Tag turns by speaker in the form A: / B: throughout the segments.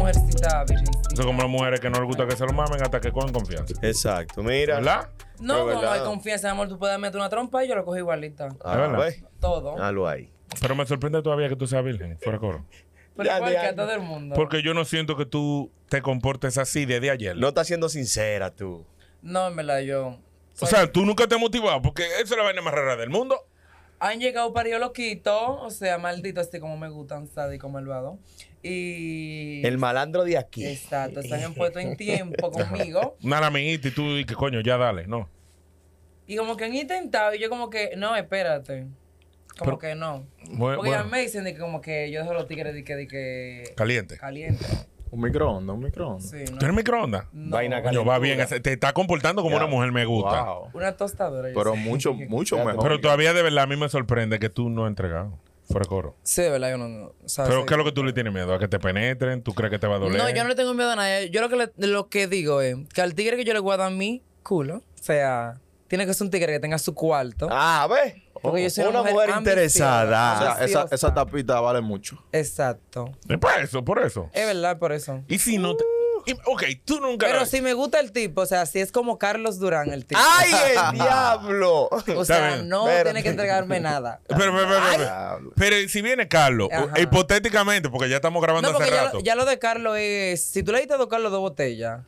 A: María Virgencita.
B: Eso es como las mujeres que no les gusta que se lo mamen hasta que cogen confianza.
C: Exacto, mira.
B: Eh, ¿Verdad?
C: Pero
A: No, como
C: verdad.
A: hay confianza, amor, tú puedes meter una trompa y yo lo cojo igualita.
C: Ah,
B: Es verdad.
C: ¿ves?
A: Todo.
C: Halo ahí.
B: Pero me sorprende todavía que tú seas virgen, fuera coro.
A: Pero
C: Ya,
A: igual
C: ya,
A: que
C: ya.
A: a todo el mundo.
B: Porque yo no siento que tú te comportes así desde ayer.
C: No estás siendo sincera tú.
A: No, en verdad, yo.
B: o sea, tú nunca te has motivado porque esa es la vaina más rara del mundo.
A: Pues, Han llegado para yo lo quito, o sea, maldito, así como me gustan, sádico, malvado. Y.
C: El malandro de aquí.
A: Exacto, están en puesto en tiempo conmigo.
B: Una lamiguita y tú, y que coño, ya dale, no.
A: Y como que han intentado, y yo como que, no, espérate. Como
B: Pero-
A: que no.
B: Bue-
A: Porque ya
B: bueno,
A: me dicen de que como que yo dejo los tigres de que, de que
B: caliente.
A: caliente.
D: Un microondas, un microondas.
A: Sí,
B: ¿Tú
A: ¿no?
B: eres microondas?
C: Vaina
B: Coño, va bien. ese- Te está comportando como
C: Ya.
B: una mujer, me gusta.
D: Wow.
A: Una tostadora. yo
D: Pero
A: sé.
D: mucho, mucho
C: Espérate,
D: mejor.
B: Pero todavía de verdad a mí me sorprende que tú no has entregado. Fuera coro.
A: Sí, de verdad, yo no. o sea,
B: Pero
A: Ah, sí.
B: ¿qué es lo que tú le tienes miedo? ¿A que te penetren? ¿Tú crees que te va a doler?
A: No, yo no le tengo miedo a nadie. Yo lo que, le- lo que digo es que al tigre que yo le guardo a mi culo, o sea, tiene que ser un tigre que tenga su cuarto.
C: Ah, ¿ves?
A: Porque yo soy una
C: una
A: mujer
C: mujer
A: ambiciosa.
C: interesada.
D: O sea,
A: Ah, sí,
D: esa,
A: o sea.
D: esa tapita vale mucho.
A: Exacto.
B: Eh, Por eso, por eso.
A: Es verdad, por eso.
B: Y si no te... y- Ok, tú nunca...
A: Uh. Pero
B: la-
A: si me gusta el tipo, o sea, si es como Carlos Durán el tipo.
C: ¡Ay, el diablo!
A: O
B: Está
A: sea,
B: bien.
A: no
C: Pero-
A: tiene que entregarme nada.
B: Pero, pero, pero, pero- pero si viene Carlos,
A: Ajá.
B: hipotéticamente, porque ya estamos grabando
A: No, porque
B: hace
A: ya,
B: rato.
A: lo- ya lo de Carlos es. Si tú le diste a dos Carlos dos botellas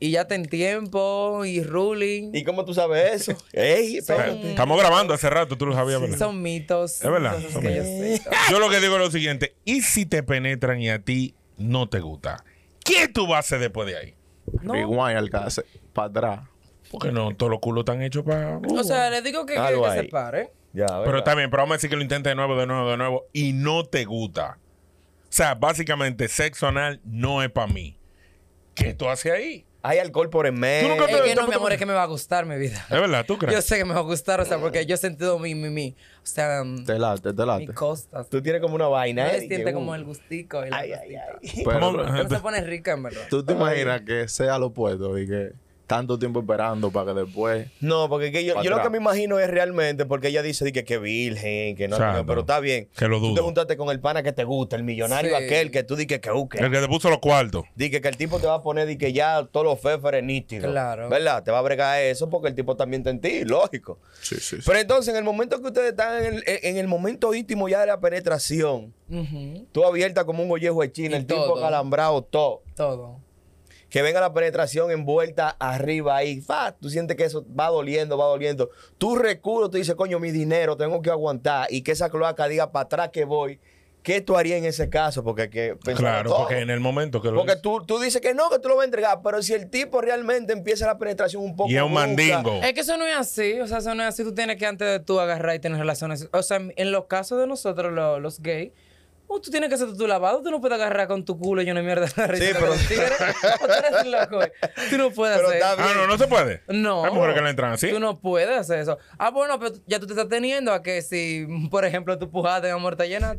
A: y ya te en tiempo y ruling,
C: ¿Y cómo tú sabes eso? ¡Ey,
B: Eh,
C: espérate!
B: Estamos grabando hace rato, tú lo sabías, ¿verdad?
A: son mitos.
B: Es verdad,
A: cosas
B: son
A: que yo sé.
B: Yo lo que digo es lo siguiente. ¿Y si te penetran y a ti no te gusta? ¿Qué tú vas a hacer después de ahí?
D: Rewind al caso. Para atrás.
B: Porque no, todos los culos están hechos para...
A: O sea, le digo que, que-
C: Algo
A: que
C: ahí.
A: se pare.
C: Ya,
B: Pero
C: ¿verdad?
B: está bien, pero vamos a decir que lo intentes de nuevo, de nuevo, de nuevo y no te gusta. O sea, básicamente sexo anal no es para mí. ¿Qué tú haces ahí?
C: Hay alcohol por en medio.
B: Tú nunca
A: Es
B: Pero
A: que Eh, no,
B: tampoco-
A: mi amor, es que me va a gustar mi vida.
B: Es verdad, ¿tú
A: Yo
B: crees?
A: sé que me va a gustar, o sea, porque yo he sentido mi, mi, mi, o sea, mm,
D: Te late, te
A: mi
D: late.
A: costas.
C: Tú tienes como una vaina.
A: No
C: ¿eh?
A: le
C: Y
A: siente
C: que,
A: como
C: uh,
A: el gustico y la
C: Ay, ay,
A: cosita.
C: ay.
D: Pero,
A: Pero se pone rica, en verdad.
D: ¿Tú te imaginas que sea lo opuesto y que tanto tiempo esperando para que después...
C: No, porque que yo,
D: Pa'
C: yo lo que
D: atrás.
C: me imagino es realmente, porque ella dice di que que virgen, que no,
B: Exacto.
C: no, pero está bien.
B: Que lo
C: Tú te
B: dudo.
C: juntaste con el pana que te gusta, el millonario
A: Sí.
C: aquel que tú di que que uh, que-
B: El que te puso los cuartos.
C: di que, que el tipo te va a poner di que ya todos los féferes nítidos.
A: Claro.
C: ¿Verdad? Te va a bregar eso porque el tipo también está en ti, lógico.
D: Sí, sí, sí.
C: Pero entonces, en el momento que ustedes están en el, en el momento íntimo ya de la penetración,
A: Ujú,
C: tú abierta como un gollejo de China,
A: Y
C: el tipo
A: todo.
C: calambrado, todo.
A: Todo.
C: Que venga la penetración envuelta arriba ahí. Fa, tú sientes que eso va doliendo, va doliendo. Tú reculo, tú dices, coño, mi dinero, tengo que aguantar. Y que esa cloaca diga para atrás que voy. ¿Qué tú harías en ese caso? Porque hay que pensarlo
B: Claro,
C: todo.
B: porque en el momento que lo...
C: Porque tú, tú dices que no, que tú lo vas a entregar. Pero si el tipo realmente empieza la penetración un poco.
B: y es un
C: brusca,
B: mandingo.
A: Es que eso no es así, o sea, eso no es así. Tú tienes que antes de tú agarrar y tener relaciones. O sea, en los casos de nosotros, lo- los gays, o tú tienes que hacer tu lavado, tú no puedes agarrar con tu culo y una mierda. Sí,
C: pero-
A: Tú eres loco, eh. Tú no puedes
C: Pero
A: hacer
C: está
B: Ah, no, no se puede.
A: No.
B: Hay mujeres que le entran así.
A: Tú no puedes hacer eso. Ah, bueno, pero ya tú te estás teniendo a que si, por ejemplo, tu pujada en amor te llena.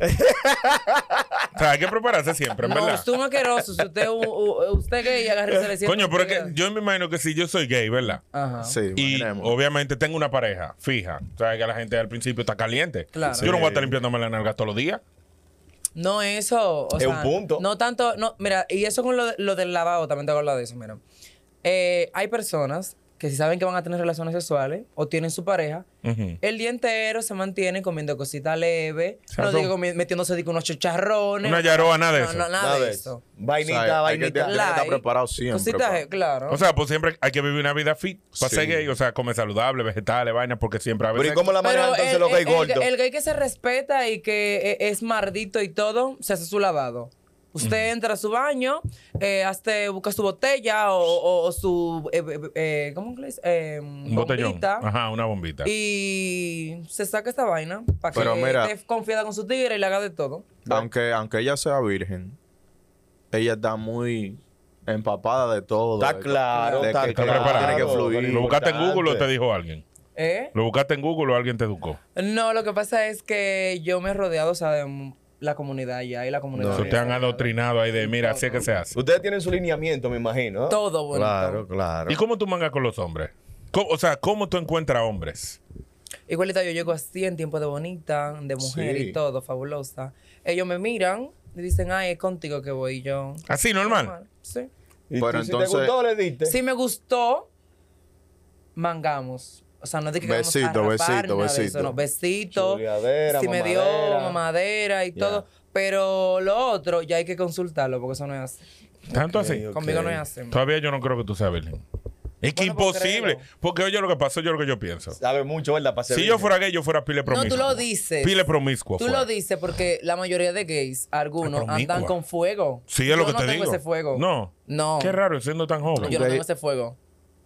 B: O sea, hay que prepararse siempre, en
A: No,
B: verdad.
A: usted es un asqueroso. Si usted, u- u- usted gay, agarre y se le siente.
B: Coño, pero es que
A: usted-
B: yo me imagino que si yo soy gay, ¿verdad?
A: Ajá.
D: Sí,
B: Y
D: imaginemos.
B: obviamente tengo una pareja fija. O sea, que la gente al principio está caliente.
A: Claro.
B: Yo no voy a estar limpiándome la nalga todos los días.
A: No, eso. O
C: Es
A: sea,
C: un punto.
A: No tanto. No, mira, y eso con lo, de- lo del lavado, también te voy a hablar de eso. Mira, Eh, hay personas que si saben que van a tener relaciones sexuales o tienen su pareja,
B: Ujú.
A: el día entero se mantienen comiendo cositas leves,
B: sea,
A: no
B: son-
A: digo comi- metiéndose digo, unos chicharrones.
B: Una yaroa, nada de
A: No,
B: eso.
A: no, nada de eso.
C: Vainita,
D: O sea, hay que
C: vainita.
D: tener- Tiene estar
A: Light.
D: preparado siempre,
A: Cositas,
D: pa.
A: eh, claro.
B: O sea, pues siempre hay que vivir una vida fit. Para
D: Sí.
B: ser gay, o sea, comer saludable, vegetales, vainas, porque siempre a
C: Pero
B: veces.
C: ¿y cómo la manejan entonces
A: el,
C: los gays
A: el- el-
C: gordos?
A: el gay que se respeta y que e- es mardito y todo, se hace su lavado. Usted entra a su baño, eh, hazte- busca su botella o, o- o su. eh, eh, eh, ¿Cómo que le dice? Eh,
B: Un botellón.
A: bombita.
B: Ajá, una bombita.
A: Y se saca esta vaina para que
D: Pero mira-
A: esté confiada con su tigre y le haga de todo.
D: Aunque, aunque ella sea virgen, ella está muy empapada de todo.
C: Está
D: de-
C: claro,
D: de
C: está
D: que- que
B: claro.
D: Tiene que
C: Lo
B: ¿Lo
D: fluir.
B: buscaste en Google o
C: importante.
B: te dijo alguien?
A: ¿Eh?
B: ¿Lo buscaste en Google o alguien te educó?
A: No, lo que pasa es que yo me he rodeado, o sea, de m- la comunidad ya y la comunidad.
B: Eso te han adoctrinado ahí de, mira, así es que se hace.
C: Ustedes tienen su lineamiento, me imagino. ¿no?
A: Todo bonito.
C: Claro, claro.
B: ¿Y cómo tú mangas con los hombres? ¿Cómo- o sea, ¿cómo tú encuentras hombres?
A: Igualita yo llego así en tiempo de bonita, de mujer
D: Sí.
A: y todo, fabulosa. Ellos me miran Y dicen, ay, es contigo que voy yo.
B: Así, Ah, normal.
A: Sí.
C: ¿Y
D: Bueno,
C: tú, si
D: entonces-
C: te gustó, le diste.
A: Si me gustó, mangamos. O sea, no dije que vamos
D: Besito,
A: a rapar,
D: besito,
A: nada de eso,
D: besito.
A: no. besito.
C: Chuleadera,
A: si me dio
C: mamadera.
A: mamadera y
D: Ya.
A: todo. Pero lo otro ya hay que consultarlo porque eso no es así.
B: Tanto
C: Ok,
B: así.
C: ok.
A: Conmigo no es así. man.
B: Todavía yo no creo que tú seas virgen. Es que
A: Bueno, pues,
B: imposible.
A: créelo.
B: Porque oye lo que pasó, yo lo que yo pienso.
C: Sabe mucho, ¿verdad? Para ser
B: Si yo
C: virgen.
B: fuera gay, yo fuera pile
A: No,
B: promiscuo.
A: tú lo dices.
B: Pile promiscuo.
A: Tú
B: fuera.
A: lo dices porque la mayoría de gays, algunos,
B: Ah, promiscua.
A: andan con fuego.
B: Sí, es lo
A: Yo
B: que
A: no
B: te
A: tengo
B: digo.
A: ese fuego.
B: No.
A: No.
B: Qué raro, siendo tan joven.
A: Yo no
D: Gay-
A: tengo ese fuego.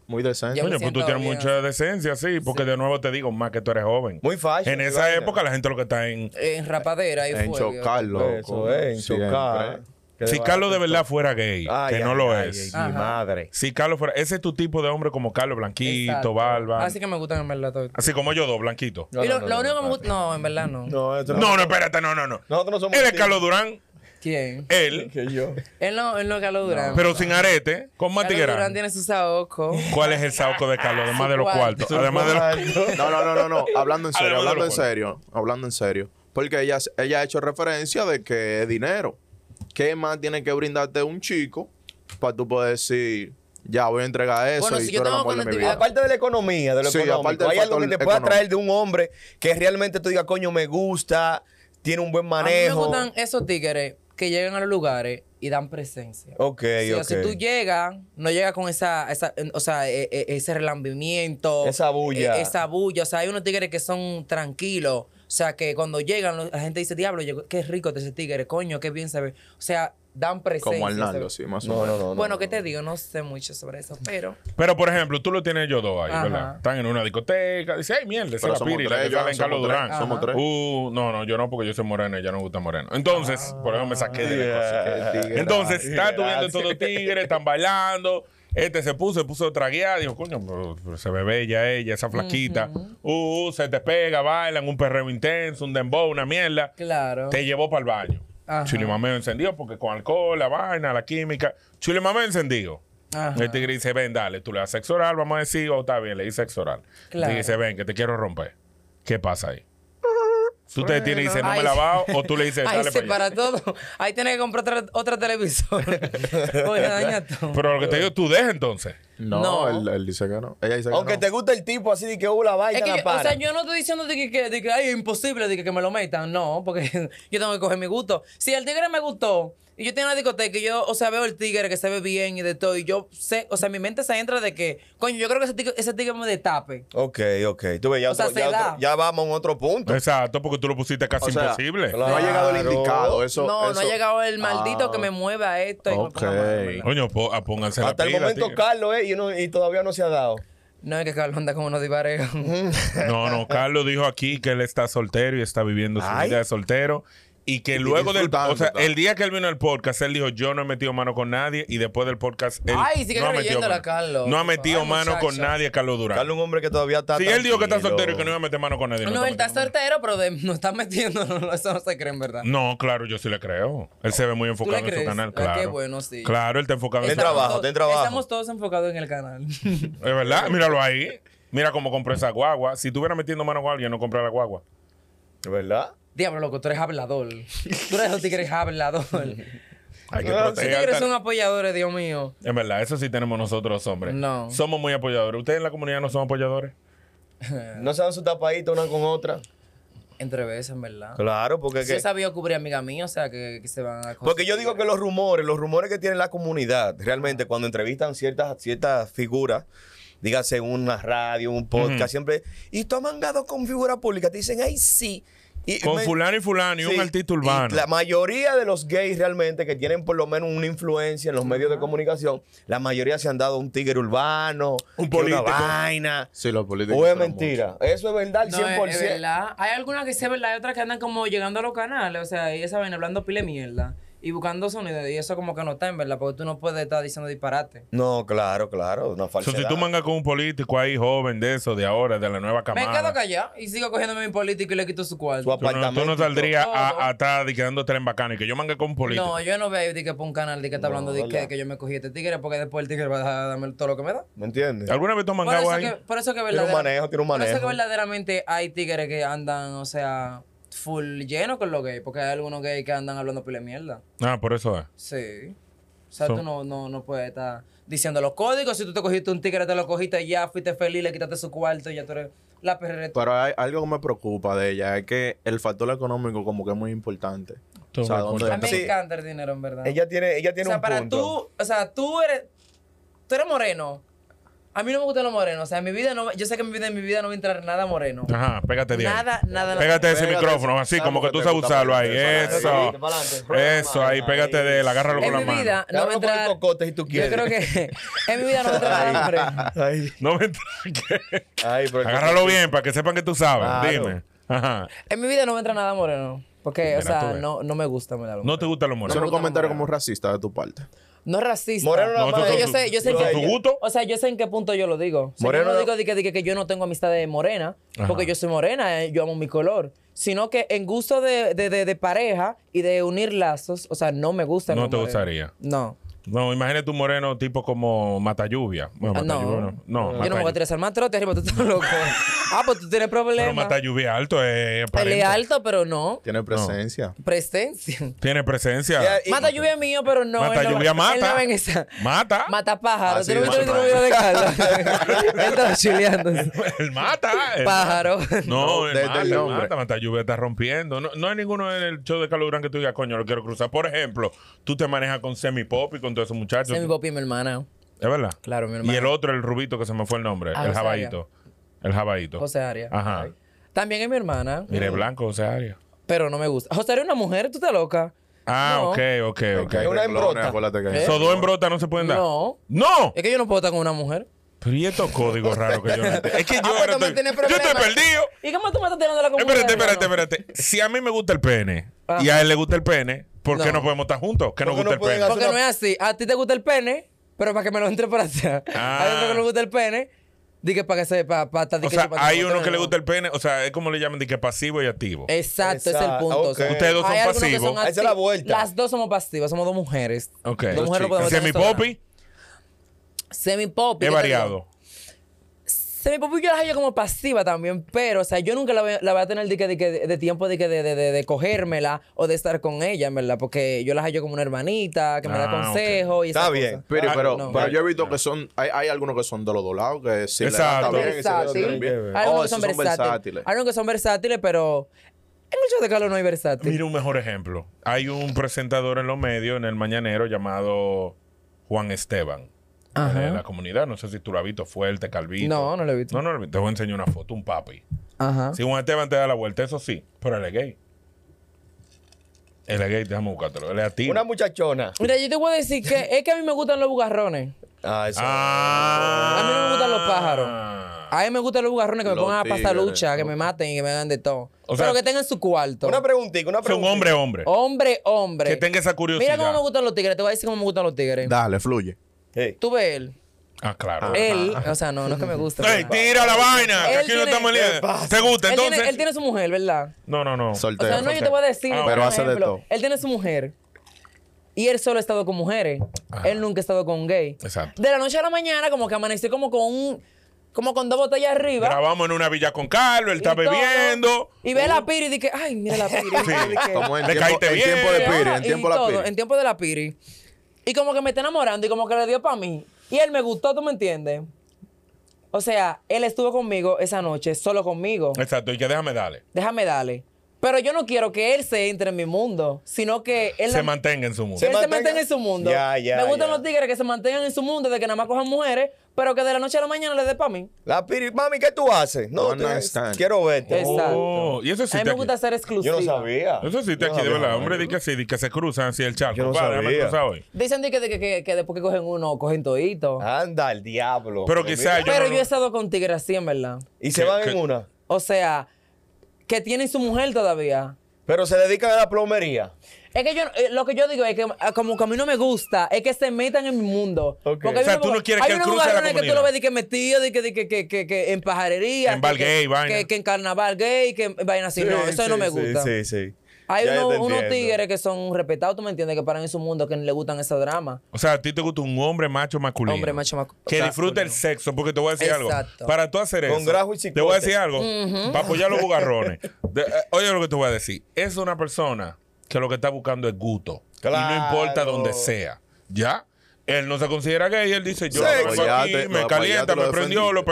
D: Muy decente.
A: Ya me
B: Coño, pues tú
A: siento
B: tienes
A: bien.
B: mucha decencia, sí, porque de nuevo te digo, más que tú eres joven.
C: Muy fashion,
B: En
C: mi
B: esa
C: vaina.
B: época la gente lo que está en...
A: En rapadera y
D: En
A: fuego.
D: chocar, loco.
C: Eso es, en
D: Siempre.
C: chocar. Qué
B: Si
C: va-
B: Carlos de verdad fuera gay,
C: Ay,
B: que no
C: ay,
B: lo
C: ay,
B: es.
C: ay, Mi
A: Ajá.
C: madre.
B: Si Carlos fuera... Ese es tu tipo de hombre como Carlos, blanquito,
A: Exacto.
B: barba.
A: Así que me gustan en verdad todo.
B: Así como yo dos, blanquito.
C: No,
A: y lo,
C: no, no,
A: lo
C: no,
A: único que me
C: papi.
A: gusta. No, en verdad no.
C: No, esto
B: No, no, espérate, no, no, no.
C: Nosotros no somos
B: Él es
C: tíos.
B: Carlos Durán,
A: ¿Quién?
B: él,
C: Que yo.
A: Él no, él no es Carlos Durán.
B: pero sin arete, con más
A: Carlos
B: tiguera.
A: Durán tiene su saoco.
B: ¿Cuál es el saoco de Carlos? Además de los
A: cuarto.
B: cuartos. Además de los...
D: No, no, no, no, no. Hablando en serio,
B: Además de
D: hablando en
B: los cuernos.
D: serio. Hablando en serio. Porque ella, ella ha hecho referencia de que es dinero. ¿Qué más tiene que brindarte un chico para tú poder decir, ya voy a entregar eso
A: Bueno,
D: y
A: si
D: tú
A: yo
D: eres el
A: tengo pues,
D: amor de mi
A: conectividad-
D: vida?
C: Ah, Aparte de la economía, de lo
D: Sí,
C: económico,
D: aparte del
C: hay algo que te
D: factor
C: pueda
D: económico.
C: traer de un hombre que realmente tú digas, coño, me gusta, tiene un buen
A: A mí me
C: manejo.
A: gustan esos tigres que llegan a los lugares y dan presencia.
C: Ok,
A: Sí,
C: ok.
A: o Si tú llegas, no llegas con esa, esa eh, o sea, eh, eh, ese relambimiento.
C: Esa bulla.
A: eh, esa bulla. O sea, hay unos tigres que son tranquilos. O sea, que cuando llegan, lo- la gente dice, diablo, llegó- qué rico este ese tigre, coño, qué bien se ve. O sea, dan presencia.
D: Como
A: se ve.
D: Arnaldo, sí, más o
C: No,
D: menos.
C: no, no, no.
A: bueno,
C: no.
A: ¿qué te digo? No sé mucho sobre eso, pero...
B: Pero, por ejemplo, tú lo tienes yo dos ahí,
A: Ajá.
B: ¿verdad? Están en una discoteca. Dice, ay, mierda, esa es
D: Pero
B: la
D: somos
B: piri, la
D: tres,
B: que sale
D: Joan,
B: en Carlos
D: somos tres,
B: Durán.
D: somos tres.
B: Uh, no, no, yo no, porque yo soy moreno y ya no me gusta moreno. Entonces,
A: Ah.
B: por eso me saqué de la cosa.
C: Yeah.
D: Tigre,
B: Entonces,
C: Gracias.
B: está tuviendo estos dos tigres, están bailando. Este se puso, se puso a traguear. Dijo, coño, pero- pero se ve bella ella, esa flaquita. Uh, uh, se te pega, bailan, un perreo intenso, un dembow, una mierda.
A: Claro.
B: Te llevó para el baño.
A: Ajá.
B: Chulimameo encendido, porque con alcohol, la vaina, la química. Chulimameo encendido.
A: Ajá.
B: El tigre dice, ven, dale, tú le das sexo oral, vamos a decir, o está bien, le di sexo oral. El
A: Claro.
B: tigre dice, ven, que te quiero romper. ¿Qué pasa ahí? Tú te detienes y dices, no me
A: Ay.
B: la bajo, o tú le dices,
A: Ahí
B: dale
A: se
B: para allá.
A: para todo. Ahí tienes que comprar otra, otra televisora. Porque daña todo.
B: Pero lo que te digo, tú deja entonces.
D: No,
A: No.
D: Él, él dice que no. Ella dice que
C: Aunque
D: no.
C: te gusta el tipo así de que hubo la vaina,
A: Es que
C: la
A: yo, o
C: para.
A: sea, yo no estoy diciendo de que, que- de que, ay, es imposible de que, que me lo metan. No, porque yo tengo que coger mi gusto. Si el tigre me gustó y yo tengo una discoteca y yo, o sea, veo el tigre que se ve bien y de todo, y yo sé, o sea, mi mente se entra de que, coño, yo creo que ese tigre, ese tigre me destape.
C: Ok, ok. Tú ves, ya,
A: O sea,
C: otro-
A: se
C: ya,
A: da.
C: otro- ya vamos a un otro punto.
B: Exacto, porque tú lo pusiste casi
D: O sea,
B: imposible.
D: No ha llegado el
C: Claro.
D: indicado. Eso,
A: no, no ha
D: eso-
A: llegado el maldito
D: Ah.
A: que me mueve a esto. y me ponga
D: Ok.
A: mal, en verdad.
B: Coño, po- a- pónganse la
C: Hasta el
B: pila,
C: momento,
B: tigre.
C: Carlos, eh, y, no- y todavía no se ha dado.
A: No es que Carlos anda como unos divareos.
B: No, no, Carlos dijo aquí que él está soltero y está viviendo su
C: Ay.
B: vida de soltero. Y que luego del.
D: disfrutando,
B: O sea,
D: está.
B: el día que él vino al podcast, él dijo: Yo no he metido mano con nadie. Y después del podcast, él.
A: Ay, sigue
B: ha metido
A: creyéndola,
B: mano.
A: Carlos.
B: No ha metido
A: Ay,
B: mano con
A: muchacha.
B: nadie, Carlos Durán.
C: Carlos, un hombre que todavía está.
B: si él dijo que está
C: tranquilo.
B: soltero y que no iba a meter mano con nadie.
A: No, él está
B: metiendo mano.
A: soltero, pero de- no está metiendo, no, eso no se cree en verdad.
B: No, claro, yo sí le creo. Él se ve muy enfocado en su
A: crees?
B: canal,
A: Ah, qué
B: claro.
A: bueno, sí.
B: Claro, él está enfocado en su
C: Ten
A: Estamos
C: trabajo,
A: todos-
C: ten trabajo.
A: Estamos todos enfocados en el canal.
B: Es verdad, míralo ahí. Mira cómo compró esa guagua. Si estuviera metiendo mano con alguien, no comprara la guagua.
C: ¿Verdad?
A: Diablo, loco, tú eres hablador. Tú eres los tigres hablador.
B: Hay que
C: Ah,
A: Los
B: proteger.
A: tigres son apoyadores, Dios mío.
B: Es verdad, eso sí tenemos nosotros, hombres.
A: No.
B: Somos muy apoyadores. ¿Ustedes en la comunidad no son apoyadores?
C: No se dan su tapadita una con otra.
A: Entre veces, en verdad.
C: Claro, porque.
A: Yo he sabido cubrir amigas mías, o sea, que, que se van a...
C: Porque yo digo que los rumores, los rumores que tiene la comunidad, realmente cuando entrevistan ciertas, ciertas figuras, dígase una radio, un podcast, siempre, y tú has mangado con figuras públicas, te dicen, ay, sí. Y
B: Con
C: me-
B: fulano y fulano y
C: Sí,
B: un artista
C: y
B: urbano.
C: la mayoría de los gays realmente que tienen por lo menos una influencia en los medios de comunicación, la mayoría se han dado un tigre urbano,
B: Un
C: que una
B: político.
C: vaina.
D: Sí, los políticos.
C: O es
D: son
C: mentira. Eso es verdad al
A: No,
C: 100%.
A: es, es verdad. Hay algunas que sí es verdad, hay otras que andan como llegando a los canales, o sea, y esa vaina hablando pile mierda y buscando sonido, y eso como que no está en verdad, porque tú no puedes estar diciendo disparate.
C: No, claro, claro. Una
B: O sea,
C: falsedad.
B: si tú mangas con un político ahí joven de eso, de ahora, de la nueva
A: Me
B: camada.
A: quedo callado y sigo cogiéndome mi político y le quito su
C: Su
A: cuarto.
B: Tú no, tú
C: apartamento.
B: no saldrías
A: Todo.
B: a, a estar y quedándote en bacano y que yo mangue con un político.
A: No, yo no veo de que por un canal de que está
C: No,
A: hablando de
C: ¿verdad?
A: que, que yo me cogí este tigre porque después el tigre va a darme todo lo que me da.
C: ¿Me entiendes?
B: ¿Alguna vez tú has
A: Por eso,
B: mangado ahí?
A: que, por eso que
C: Tiene un
A: verdadera-
C: manejo, tiene un
A: Por eso
C: manejo.
A: que verdaderamente hay tigres que andan, o sea, full lleno con los gays, porque hay algunos gays que andan hablando pile mierda.
B: Ah, por eso es.
A: Sí. O sea,
B: So-
A: tú no, no, no puedes estar diciendo los códigos. Si tú te cogiste un tigre, te lo cogiste ya, fuiste feliz, le quitaste su cuarto, ya tú eres la perrera.
C: Pues,
D: Pero hay algo que me preocupa de ella, es que el factor económico como que es muy importante.
B: Todo
D: O sea,
B: muy
D: ¿dónde
A: A mí
D: está?
A: me
C: Sí.
A: encanta el dinero, en verdad.
C: Ella tiene, ella
A: o
C: tiene
A: sea,
C: un
A: para
C: punto.
A: tú, o sea, tú eres, tú eres moreno. A mí no me gustan los morenos. O sea, en mi vida no, yo sé que en mi vida, en mi vida no va a entrar nada moreno.
B: Ajá, pégate de ahí.
A: Nada, nada.
B: Pégate de ese
D: Pégate,
B: micrófono, así
D: claro,
B: como que
D: que
B: tú
D: te
B: sabes
D: gusta
B: usarlo ahí.
D: pegarte,
C: pa'lante,
B: Eso.
C: pa'lante, pa'lante, pa'lante,
B: Eso, ahí,
C: pa'lante.
B: pégate de él, agárralo con
A: en
B: la
A: mi
B: mano.
A: vida no va a
C: Claro, con el
A: entrar.
C: cocote, si tú
A: Yo
C: quieres.
A: creo que en mi vida no va a entrar nada moreno.
C: Ay,
B: No me entregues.
C: ay, pero-
B: Agárralo bien para que sepan que tú sabes.
C: Claro.
B: Dime. Ajá.
A: En mi vida no me entra nada moreno. Porque,
B: Mira,
A: o sea,
B: tú ves.
A: no, no me gusta, me da lo-
B: No te gustan los
D: Eso
B: morenos.
D: es un
A: gusta
D: comentario
A: la
D: como racista de tu parte.
A: No es racista.
C: Moreno nada
B: No,
C: más.
B: eso-
A: yo sé, yo sé
C: Tú
A: que-
C: a
B: ¿Tu gusto?
A: O sea, yo sé en qué punto yo lo digo. O sea,
C: Moreno
A: yo no
C: no-
A: digo de que, de que- que yo no tengo amistad de morena,
B: Ajá.
A: porque yo soy morena, eh, yo amo mi color. Sino que en gusto de, de- de- de pareja y de unir lazos, o sea, no me gusta.
B: No te gustaría.
A: No.
B: No, imagínate un moreno tipo como Matalluvia. Bueno,
A: Ah, no.
B: Matalluvia no.
A: Yo no me
B: No,
A: voy a
B: Matalluvia.
A: tirar más trote arriba, tú estás loco. ah, pues tú tienes
B: Pero
A: problemas.
B: Matalluvia alto es
A: Él es
B: aparente.
A: alto, pero no.
D: Tiene presencia.
A: Presencia.
B: Tiene presencia.
C: Ya, y-
A: Mata lluvia mío, pero no.
B: Mata
A: él no va-
B: lluvia mata.
A: Él no va en esa.
B: Mata.
A: Mata pájaro.
D: Así
A: ¿Tú no
D: es,
A: viste el
D: mata.
A: último video de Carlos? él estaba chileándose.
B: El mata. el-
A: Pájaro.
B: No,
D: No,
B: el
D: desde
B: mata,
D: el
B: el
D: nombre.
B: mata, Matalluvia está rompiendo. No, no hay ninguno en el show de Carlos Durán que tú digas, coño, lo quiero cruzar. Por ejemplo, tú te manejas con Semi Pop y con todos esos muchachos.
A: Ese es mi papi y mi hermana.
B: ¿Es verdad?
A: Claro, mi hermano.
B: Y el otro, el rubito que se me fue el nombre,
A: Ah,
B: el
A: José
B: jabaito. El jabaito.
A: José Arias.
B: Ajá.
A: También es mi hermana,
B: Mire, blanco, José Arias.
A: pero no me gusta. José Arias es una mujer, tú estás loca.
B: Ah,
A: No. ¿Eh?
B: ok, ok, ok. Eh,
D: Hay
C: Una
D: reglones,
C: embrota.
D: acuérdate que hay
B: Esos dos en
D: reglones.
B: brota no se pueden dar.
A: No.
B: ¡No!
A: Es que yo no puedo estar con una mujer.
B: Pero y estos códigos raros que yo no entiendo. Es que yo
A: Ah, pues
B: ahora
A: también
B: estoy,
A: tiene
B: yo estoy
A: problemas.
B: perdido.
A: ¿Y cómo tú me estás tirando la comunidad?
B: Espérate, espérate,
A: hermano?
B: espérate. Si a mí me gusta el pene
A: Ajá.
B: y a él le gusta el pene, ¿por qué no,
A: No.
B: podemos estar juntos? Que nos
C: Porque
B: gusta
C: no
B: el
C: pueden
B: pene.
C: hacer-
A: Porque no es así. A ti te gusta el pene, pero para que me lo entre por allá.
B: Ah.
A: Hay otro que le gusta el pene, di que para que se... Para, para,
B: O sea, hay uno que le gusta el pene, o sea, es como le llaman de que pasivo y activo.
A: Eh, Exacto, ese es el
C: Exacto,
A: punto. o sea.
C: ok.
B: Ustedes dos son
A: Hay algunos que
B: pasivos.
A: acti-
C: Esa es la vuelta.
A: Las dos somos pasivas, somos dos mujeres.
B: Ok.
A: Dos mujeres lo podemos
B: Si es mi
A: tener sola.
B: popi,
A: Semi-pop. ¿qué te
B: he
A: digo?
B: variado.
A: Semi-pop yo la hallo como pasiva también, pero, o sea, yo nunca la voy, la voy a tener de, que- de que- de tiempo de, que de, de- de- de cogérmela o de estar con ella, en verdad, porque yo la hallo como una hermanita que me da
B: Ah, ok.
A: consejos y esas
C: Está bien,
A: cosas.
D: Pero,
C: Ah,
D: pero,
A: no.
D: pero yo he visto que son, hay, hay algunos que son de los dos lados, que si le dan
B: Exacto.
D: está bien, y si le dan
A: Versátil.
D: está
B: Ah,
D: bien.
A: Hay algunos
D: Oh,
A: que son
D: esos
A: versátiles. Hay algunos que son versátiles, pero en el show de Carlos no hay versátil.
B: Mira un mejor ejemplo. Hay un presentador en los medios, en el mañanero, llamado Juan Esteban.
A: Ajá.
B: De la comunidad, no sé si tú lo has visto, fuerte, calvito.
A: No, no lo he visto.
B: No, no lo he visto. Te voy a enseñar una foto, un papi.
A: Ajá.
B: Si Juan Esteban te da la vuelta, eso sí, pero él es gay. Él es gay, déjame buscártelo. Él es ti.
C: Una muchachona.
A: Mira, yo te voy a decir que es que a mí me gustan los bugarrones.
C: Ah, eso.
B: Ah.
A: A mí no me gustan los pájaros. A mí me gustan los bugarrones que me
D: Los
A: pongan a pasar
D: tigres,
A: lucha, que me maten y que me hagan de todo.
B: O sea,
A: pero que tengan su cuarto.
C: Una preguntita, una
B: Es un
C: preguntita.
B: hombre, hombre.
A: Oh. Hombre, hombre.
B: Que tenga esa curiosidad.
A: Mira cómo me gustan los tigres. Te voy a decir cómo me gustan los tigres.
D: Dale, fluye.
C: Sí.
A: Tú ves él.
B: Ah, claro.
A: Él, o sea, no, no es que me guste.
B: ¡Ey,
A: pero-
B: tira la vaina! Que
A: Él
B: aquí no
A: tiene-
B: estamos
C: ¿Qué
B: líderes.
C: pasa?
B: ¿Te gusta
A: él,
B: entonces?
A: tiene, él tiene su mujer, ¿verdad?
B: No, no, no.
A: O sea,
D: Soltero.
A: no, yo te voy a decir.
B: Ah,
A: por
D: pero hace de
A: ejemplo,
D: todo.
A: Él tiene su mujer. Y él solo ha estado con mujeres. Él nunca ha estado con gay.
B: Exacto.
A: De la noche a la mañana, como que amaneció como con un. Como con dos botellas arriba.
B: Grabamos en una villa con Carlos, él
A: y
B: está
A: todo.
B: bebiendo. Uh.
A: Y ve la piri y dice, ay, mira la piri.
B: Sí.
D: Como en
B: Le
D: tiempo,
B: caíste
D: en
B: bien.
D: tiempo de
A: Ajá,
D: piri, en
A: y
D: tiempo de la
A: todo,
D: piri.
A: en tiempo de la piri. Y como que me está enamorando y como que le dio para mí. Y él me gustó, ¿tú me entiendes? O sea, él estuvo conmigo esa noche, solo conmigo.
B: Exacto, y que déjame darle.
A: Déjame darle. Pero yo no quiero que él se entre en mi mundo, sino que él
B: Se mantenga en su mundo.
A: que él se
C: mantenga-
A: mantenga en su mundo.
C: Ya, ya,
A: me gustan
C: ya.
A: los tigres que se mantengan en su mundo, de que nada más cojan mujeres, pero que de la noche a la mañana le dé para mí.
C: La piri, mami, ¿qué tú haces? No,
D: One
C: te-
D: night stand.
C: quiero verte. Oh,
A: Exacto.
B: Oh, y eso
A: a
B: existe
A: mí me
B: aquí.
A: gusta ser
C: Yo
A: exclusivo.
C: no sabía.
B: Eso existe
C: Yo no
B: aquí, de
C: sabía,
B: verdad.
C: mami.
B: Hombre, di que sí, di que se cruzan así el charco.
C: Yo no
B: Compadre, déjame
C: sabía.
B: cruzar hoy.
A: Dicen de que, de que, que- que después que cogen uno, cogen todito.
C: Anda, el diablo.
B: Pero quizás yo.
A: pero
B: no-
A: yo he estado con tigres así, en verdad.
C: Y se
B: que-
C: van
B: que-
C: en una.
A: O sea, que tienen su mujer todavía.
C: Pero se dedican a la plomería.
A: Es que yo, eh, lo que yo digo es que ah, como que a mí no me gusta, es que se metan en mi mundo.
C: Ok.
A: Porque hay
B: O sea,
A: unos
B: tú no
A: lugar-
B: quieres que
A: hay
B: él
A: unos
B: cruce la
A: lugares que tú
B: comunidad.
A: lo ves de que metido, de que, de que, que, que, que en pajarería. que-
B: En bar gay,
A: que,
B: vaina.
A: Que, que en carnaval gay, que en vaina así. no, eso no me gusta.
C: Sí, sí, sí.
A: Hay
D: Ya yo
A: uno-
D: te
A: unos
D: entiendo.
A: tigres que son respetados, tú me entiendes, que paran en su mundo, que no le gustan esos dramas.
B: O sea, a ti te gusta un hombre macho masculino.
A: Hombre macho macu- o
B: Que
A: sea,
B: disfrute el sexo, porque te voy a decir algo.
A: Exacto.
B: Para tú hacer eso.
C: Con grajo y
B: Te voy
C: cicote.
B: a decir algo. Para apoyar los bugarrones. De- eh, oye lo que te voy a decir. Es una persona que lo que está buscando es gusto. Y no
C: Claro.
B: importa donde sea. ¿Ya? Él no se considera gay, él dice, yo lo
D: Sexo.
B: vengo aquí,
D: Apoyaste,
B: me
D: lo
B: calienta,
D: apoyaste, lo
B: me prendió,
D: defendiste.
B: lo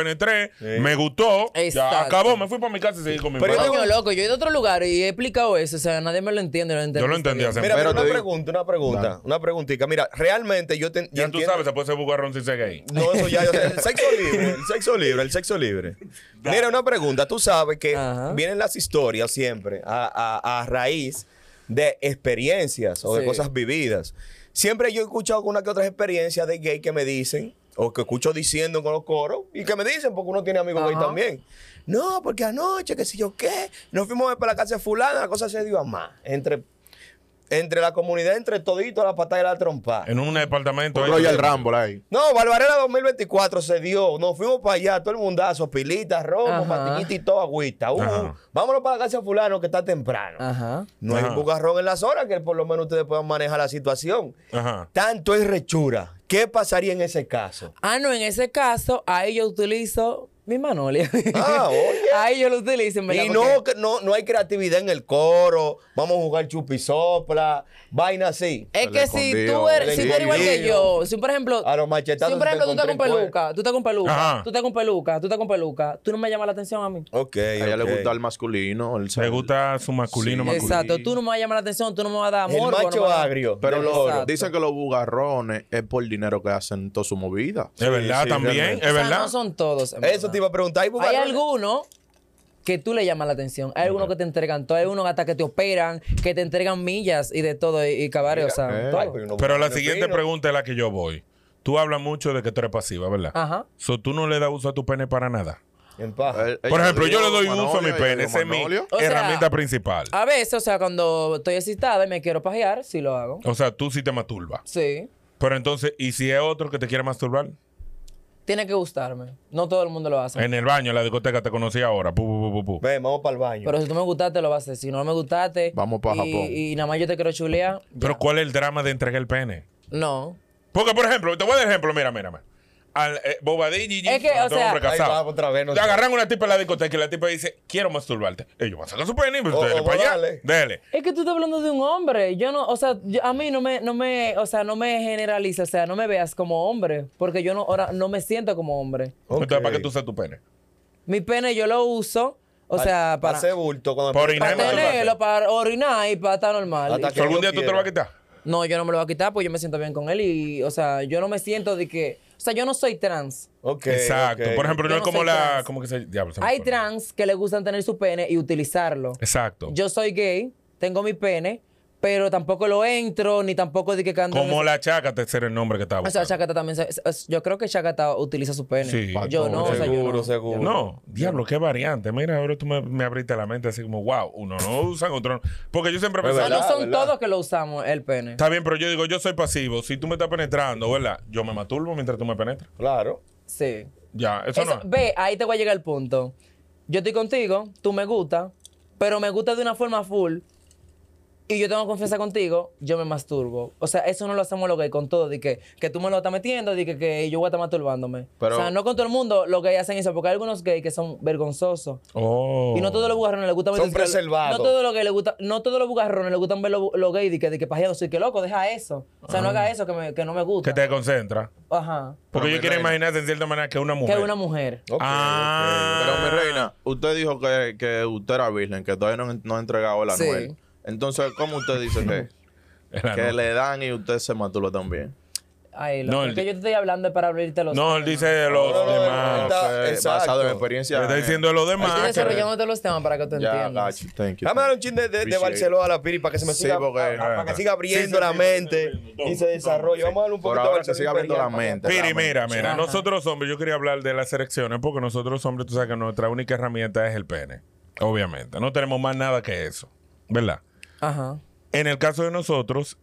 B: penetré, me gustó, ya
A: Exacto.
B: acabó, me fui para mi casa y seguí con mi
C: Pero
B: pana.
C: yo
A: Coño, loco, yo he ido a otro lugar y he explicado eso. O sea, nadie me lo entiende. no
B: Yo lo entendí hace
C: Mira, pero,
D: Pero te
C: una
D: digo-
C: pregunta, una pregunta, una preguntita. Mira, realmente yo, te, yo
B: Ya tú
C: entiendo-
B: sabes, se puede ser bugarrón si se gay.
C: No, eso ya, yo sé, el sexo libre, el sexo libre, el sexo libre. Mira, una pregunta, tú sabes que
A: Ajá.
C: vienen las historias siempre a, a- a raíz de experiencias o de
A: Sí.
C: cosas vividas. Siempre yo he escuchado una que otras experiencias de gay que me dicen, o que escucho diciendo con los coros, y que me dicen, porque uno tiene amigos gay
A: Ajá.
C: también. No, porque anoche, qué sé yo qué, nos fuimos para la casa de fulana, la cosa se dio a más. Entre, entre la comunidad, entre todito, la patada y la trompa.
B: En un departamento. ahí.
D: Royal Rumble ahí.
C: No, Barbarella 2024 se dio. Nos fuimos para allá, todo el mundazo, pilita, romo,
A: Ajá.
C: matiquita y todo, agüita. Uh,
B: Ajá.
C: vámonos para la casa de fulano que está temprano.
A: Ajá.
C: No hay
B: Ajá.
C: un bugarrón en las horas que por lo menos ustedes puedan manejar la situación.
B: Ajá.
C: Tanto es rechura. ¿Qué pasaría en ese caso?
A: Ah, no, en ese caso, ahí yo utilizo mi manolia.
C: Ah, oye.
A: Ahí yo lo utilizo, en verdad,
C: Y
A: porque-
C: no, que no, no hay creatividad en el coro, vamos a jugar chupisopla, vaina así.
A: Es
D: El
A: que si
D: escondido,
A: tú eres,
C: el
A: si tú eres igual que
C: escondido.
A: yo, si por ejemplo,
C: A los machetazos
A: si por
C: te
A: ejemplo tú estás con
C: encontré en
A: peluca, tú estás con peluca,
B: Ajá.
A: tú estás con peluca, tú estás con peluca, tú no me llamas la atención a mí.
C: Ok,
D: A ella
C: ok.
D: le gusta el masculino. El
B: Le gusta su masculino,
D: Sí.
B: masculino.
A: Exacto, tú no me vas a llamar la atención, tú no me vas a dar amor.
C: El macho agrio.
D: Pero
C: del
D: los-
C: coro.
A: Exacto.
D: dicen que los bugarrones es por dinero que hacen toda su movida.
B: Es verdad
C: sí,
B: también,
C: realmente.
B: es
A: O sea,
B: verdad.
A: no son todos. en
C: Eso
A: verdad.
C: te iba a preguntar. ¿Hay,
A: Hay
C: bugarrones?
A: algunos que tú le llamas la atención, hay algunos que te entregan todo, hay algunos hasta que te operan, que te entregan millas y de todo, y, y cabaret, o sea,
D: eh,
A: todo.
C: Ay, pero no-
B: Pero la
C: no
B: siguiente
C: opino.
B: pregunta es la que yo voy. Tú hablas mucho de que tú eres pasiva, ¿verdad?
A: Ajá.
B: So, tú no le das uso a tu pene para nada.
C: En paja.
D: El-
B: Por
D: ella
B: ejemplo, yo
D: dijo
B: le doy uso a mi
D: Manolio,
B: pene.
D: ella dijo
B: Esa es mi
D: Manolio.
A: O sea- ah.
B: herramienta principal.
A: A veces, o sea, cuando estoy excitada y me quiero pajear, sí lo hago.
B: O sea, tú sí te masturbas.
A: Sí.
B: Pero entonces, ¿y si es otro que te quiere masturbar?
A: Tiene que gustarme. No todo el mundo lo hace.
B: En el baño, en la discoteca, te conocí ahora. Pu, pu, pu, pu, pu.
C: Ven, vamos para el baño.
A: Pero si tú me gustaste, lo vas a hacer. Si no me gustaste.
D: Vamos pa'
A: y-
D: Japón.
A: Y nada más yo te quiero chulear.
B: Pero ¿cuál es el drama de entregar el pene?
A: No.
B: Porque, por ejemplo, te voy a dar ejemplo. Mira, mira, mira. Al, eh, Bobadilla y Gigi,
A: Es que, o
B: son dos
A: sea-
B: hombres
C: Ahí
B: casados.
C: va, otra vez, no
B: Te
C: sé.
B: agarran una tipa en la discoteca y la tipa dice, quiero masturbarte. Ellos van a sacar su pene y pues,
C: O-
B: dele
C: o
B: para allá.
C: dale.
B: Dele.
A: Es que tú estás hablando de un hombre. Yo no, o sea, yo- a mí no me, no me, o sea, no me generaliza, o sea, no me veas como hombre, porque yo no, ahora no me siento como hombre.
C: Ok.
B: Entonces, ¿para qué tú usas tu pene?
A: Mi pene yo lo uso, o sea, para,
C: Hace bulto cuando
B: Para orinar.
A: para
B: Nada más lo
A: tenerlo, para orinar y para estar normal.
C: Hasta
A: Y-
C: Ah, que-
B: ¿Algún
C: yo
B: día tú te
C: quiera.
B: lo vas a quitar?
A: No, yo no me lo voy a quitar, pues yo me siento bien con él y, o sea, yo no me siento de que, o sea, yo no soy trans.
C: Ok,
B: Exacto.
C: ok.
B: Por ejemplo,
A: Yo
B: no es
A: no
B: como
A: soy
B: la.
A: trans.
B: ¿Cómo que se diablo, se me
A: Hay
B: fue.
A: trans que les gustan tener su pene y utilizarlo.
B: Exacto.
A: Yo soy gay, tengo mi pene, pero tampoco lo entro, ni tampoco de que canto.
B: como la chaca, tercer el nombre que estaba.
A: O sea,
B: buscando.
A: Chacata también. se- es- Yo creo que Chacata utiliza su pene.
B: Sí.
A: yo no, o sea, yo
C: Seguro,
A: no.
C: seguro.
B: No, diablo, qué variante. Mira, ahora tú me, me abriste la mente así como, wow, uno no usan, otro no. Porque yo siempre
C: Es
A: O sea,
B: pensaba,
C: verdad.
A: no son todos que lo usamos, el pene.
B: está bien, pero yo digo, yo soy pasivo. Si tú me estás penetrando, ¿verdad? Yo me maturbo mientras tú me penetras.
C: Claro.
A: Sí.
B: Ya, eso,
A: Eso-
B: no.
A: Ve, ahí te voy a llegar el punto. Yo estoy contigo, tú me gustas, pero me gusta de una forma full. Y yo tengo confianza contigo, yo me masturbo. O sea, eso no lo hacemos los gays con todo. De que, que tú me lo estás metiendo, de que, que yo voy a estar masturbándome.
D: Pero-
A: o sea, no con todo el mundo los gays hacen eso, porque hay algunos gays que son vergonzosos.
B: Oh.
A: Y no todos los bugarrones les gustan
C: Son
A: meterse-
C: preservados.
A: No todos los, que les gusta, no todos los bugarrones les gustan ver los los gays de que, de que pajeados. Soy que loco, deja eso. O sea, no haga eso que, me- que no me gusta.
B: Ah. Que te concentra.
A: Ajá.
B: Porque
D: Pero
B: yo
D: mi
B: quiero
D: reina.
B: imaginarte en cierta manera que una
A: Que
B: mujer.
A: es una mujer.
C: Ok,
B: Ah.
D: Pero mi reina, usted dijo que, que usted era virgen, que todavía no, no ha entregado el
A: Sí.
D: anuel. Entonces, ¿cómo usted dice que,
B: Era,
D: que
B: no.
D: le dan y usted se mató también?
A: Ay,
B: No,
A: lo
B: él
A: que
B: di-
A: yo te estoy hablando es para abrirte los
B: No, él dice de los
C: No, no, no,
B: demás.
C: Está-
D: Entonces,
C: exacto.
D: Ah, basado en
B: Le
D: experiencia. eh.
B: está diciendo de los demás.
A: Estoy
B: que-
A: desarrollándote los temas para que tú
D: Ya,
A: entiendas.
D: got you. Thank you.
C: Dame un chin de, de- de
D: Appreciate.
C: Barcelona a la Piri para que se me
D: Sí,
C: siga,
D: porque-
C: ah, para que siga abriendo
B: eh, Sí, sí,
C: la
B: sí,
C: mente
B: sí, sí, sí.
C: y se desarrolle. Vamos a darle un
D: Por
C: poquito
D: ahora
C: de
D: que siga abriendo la mente.
B: Piri, mira, mira,
A: Ajá.
B: nosotros hombres, yo quería hablar de las elecciones porque nosotros hombres, tú sabes que nuestra única herramienta es el pene, obviamente. No tenemos más nada que eso, ¿verdad?
A: Ajá.
B: En el caso de nosotros,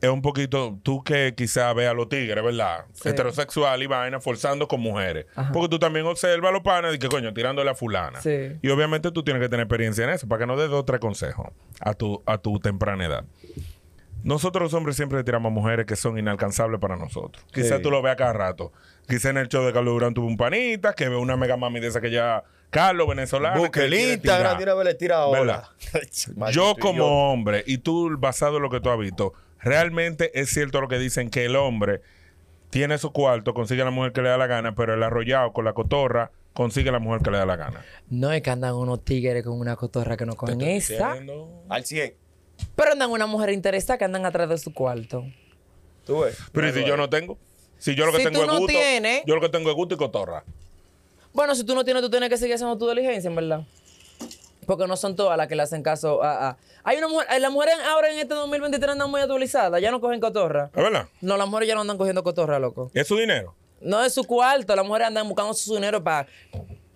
B: es un poquito, tú que quizá veas a los tigres, ¿verdad?
A: Sí.
B: Heterosexual y vaina, forzando con mujeres.
A: Ajá.
B: Porque tú también observas a los panas y que coño, tirándole a fulana.
A: Sí.
B: Y obviamente tú tienes que tener experiencia en eso para que no des dos o tres consejos a tu, a tu temprana edad. Nosotros los hombres siempre le tiramos a mujeres que son inalcanzables para nosotros. Quizás tú lo veas cada rato. Quizás en el show de Carlos Durán tuvo un panita que ve una mega mami de esa que ya... Carlos, venezolano.
C: Busque el Instagram, de una vez le tira
B: ¿Verdad?
C: ahora.
B: Yo
C: Maldito
B: como
C: idiota.
B: hombre, y tú basado en lo que tú has visto, realmente es cierto lo que dicen, que el hombre tiene su cuarto, consigue la mujer que le da la gana, pero el arrollado con la cotorra consigue la mujer que le da la gana.
A: No es que andan unos tigres con una cotorra que no cogen esa.
C: Al 100.
A: Pero andan una mujer interesada que andan atrás de su cuarto.
C: ¿Tú ves?
B: Pero ¿y si yo no tengo? Si yo lo que
A: Si
B: tengo
A: tú
B: es
A: no
B: gusto,
A: tienes-
B: yo lo que tengo es gusto y cotorra.
A: Bueno, si tú no tienes, tú tienes que seguir haciendo tu diligencia, en verdad. Porque no son todas las que le hacen caso a... a- Hay una mujer... Las mujeres ahora en este 2023 andan muy actualizadas. Ya no cogen cotorra.
B: ¿Es verdad?
A: No, las mujeres ya no andan cogiendo cotorra, loco.
B: ¿Es su dinero?
A: No es su cuarto. Las mujeres andan buscando su dinero para...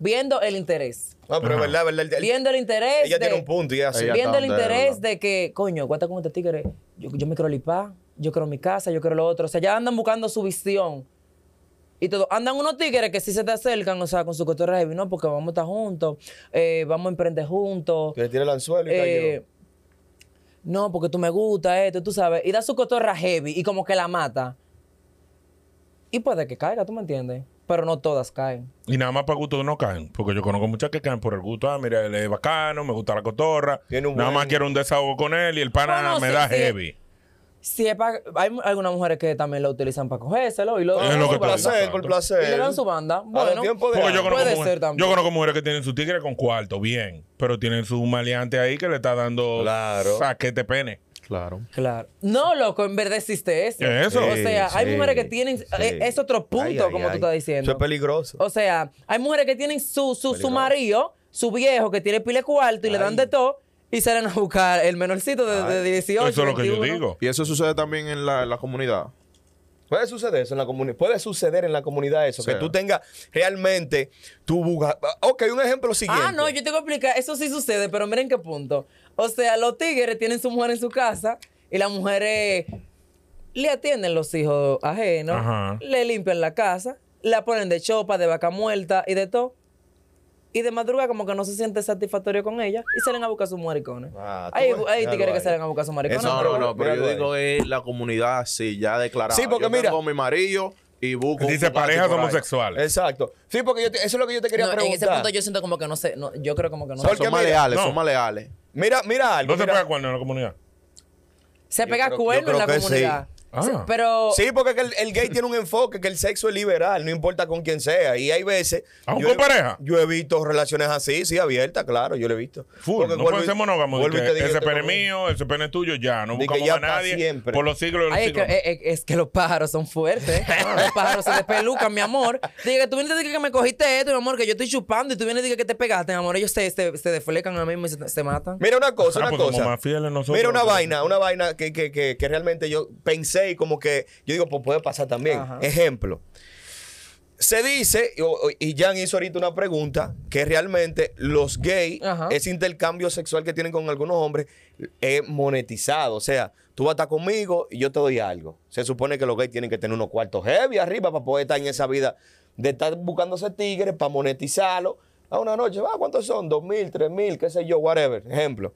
A: Viendo el interés.
C: No,
B: Ah.
C: pero es verdad, verdad. el- el-
A: Viendo el interés
C: ella
A: de-
C: tiene un punto y es así.
D: Ella-
A: viendo el
D: está donde,
A: interés
D: ¿verdad?
A: de que, coño, cuenta con este tigre. Yo, yo me quiero lipar, yo quiero mi casa, yo quiero lo otro. O sea, ya andan buscando su visión. Y todo. Andan unos tigres que sí se te acercan, o sea, con su cotorra de vino, porque vamos a estar juntos, eh, vamos a emprender juntos.
C: Que le tira el anzuelo y
A: eh,
C: cayó.
A: no, porque tú me gusta esto, tú sabes. Y da su cotorra heavy y como que la mata. Y puede que caiga, ¿tú me entiendes? Pero no todas caen.
B: Y nada más para gusto no caen, porque yo conozco muchas que caen por el gusto. Ah, mira, él es bacano, me gusta la cotorra.
C: Tiene un
B: nada
C: buen-
B: más quiero un desahogo con él y el pana
A: Bueno,
B: me
A: sí,
B: da
A: sí.
B: heavy.
A: Si es pa- hay mu- algunas mujeres que también lo utilizan para cogérselo y lo,
B: Es lo que
C: por
B: te digo.
C: placer, por placer.
A: Y le dan su banda.
C: a
A: Bueno,
C: los tiempos de
B: Porque yo
C: antes.
B: conozco,
A: Puede
B: mujeres,
A: ser también.
B: yo conozco mujeres que tienen su tigre con cuarto, bien. Pero tienen su maleante ahí que le está dando
C: Claro.
B: saquete pene.
D: Claro.
A: Claro. No, loco, en verdad existe eso.
B: ¿Qué es eso?
A: O sea,
C: Sí,
A: hay
C: sí,
A: mujeres que tienen.
C: sí.
A: eh, Es otro punto,
C: Ay, ay,
A: como tú
C: ay.
A: estás diciendo. Oh.
C: Eso es peligroso.
A: O sea, hay mujeres que tienen su, su, su marido, su viejo, que tiene pile cuarto y le dan de todo y salen a buscar el menorcito de, de 18.
B: Eso es lo que yo
A: 21.
B: digo.
D: Y eso sucede también en la, en la comunidad.
C: Puede suceder eso en la comunidad. Puede suceder en la comunidad eso.
D: Sí.
C: Que tú tengas realmente tu buga. Ok, un ejemplo siguiente.
A: Ah, no, yo te voy a explicar. Eso sí sucede, pero miren qué punto. O sea, los tigres tienen su mujer en su casa y las mujeres le atienden los hijos ajenos,
B: Ajá.
A: le limpian la casa, la ponen de chopa, de vaca muerta y de todo. Y de madrugada como que no se siente satisfactorio con ella y salen a buscar sus maricones.
C: Ah, tú
A: hay
C: ves,
A: hay
C: ya
A: tigres
C: lo
A: que
C: hay.
A: salen a buscar sus maricones.
C: Eso
D: No,
C: pero-
D: no, no, pero
C: míralo
D: yo
C: ahí.
D: digo es la comunidad así, ya declarada.
C: Sí, porque
D: yo
C: mira-
D: Tengo mi marido y busco. un
B: Dice
D: Bugatti
B: parejas
D: por ahí.
B: homosexuales.
C: Exacto. Sí, porque yo te- eso es lo que yo te quería
A: No, en
C: preguntar.
A: ese punto yo siento como que no sé, no, yo creo como que no
D: O sea,
A: sé.
C: Porque
D: son más
C: mira,
D: leales,
B: no.
D: son más leales.
C: Mira, mira algo.
B: No se
C: mira.
B: pega cuerno en la comunidad.
A: Se pega
C: creo- yo
A: cuerno en
C: creo
A: la
C: que sí.
A: comunidad.
B: Ah.
A: Se- Pero
C: Sí, porque es que el, el gay tiene un enfoque que el sexo es liberal, no importa con quién sea. Y hay veces.
B: ¿Aún
C: yo
B: con
C: he-
B: pareja?
C: Yo he visto relaciones así, sí, abiertas, claro, yo lo he visto.
B: Full.
C: Porque
B: no
C: vuelvo
B: pueden
C: y-
B: ser monógamos.
C: vuelvo y
B: Dice,
C: te digo,
B: ese
C: yo
B: pene es
C: tengo-
B: mío, ese pene es tuyo, ya. No
C: Dice que
B: buscamos
C: ya
B: a
C: pa'
B: nadie.
C: siempre.
B: Por los siglos de los
A: Ay, es, que,
B: siglos.
A: eh, eh, es que los pájaros son fuertes. los pájaros se despelucan, mi amor. Dije que tú vienes a decir que me cogiste esto, mi amor, que yo estoy chupando y tú vienes a decir que te pegaste, mi amor. Ellos se, se, se desflecan ahora mismo y se, se matan.
C: Mira una cosa,
B: Ah,
C: una
B: pues somos
C: cosa.
B: más fieles nosotros. pues.
C: Mira una
B: Pero-
C: vaina, una vaina que, que, que, que realmente yo pensé y como que yo digo, pues puede pasar también.
A: Ajá.
C: Ejemplo. Se dice, y- o- y Jan hizo ahorita una pregunta, que realmente los gays,
A: Ajá.
C: ese intercambio sexual que tienen con algunos hombres, es monetizado. O sea, tú vas a estar conmigo y yo te doy algo. Se supone que los gays tienen que tener unos cuartos heavy arriba para poder estar en esa vida de estar buscándose tigres para monetizarlo. A una noche, ah, ¿cuántos son? ¿Dos mil, tres mil, qué sé yo, whatever? Ejemplo.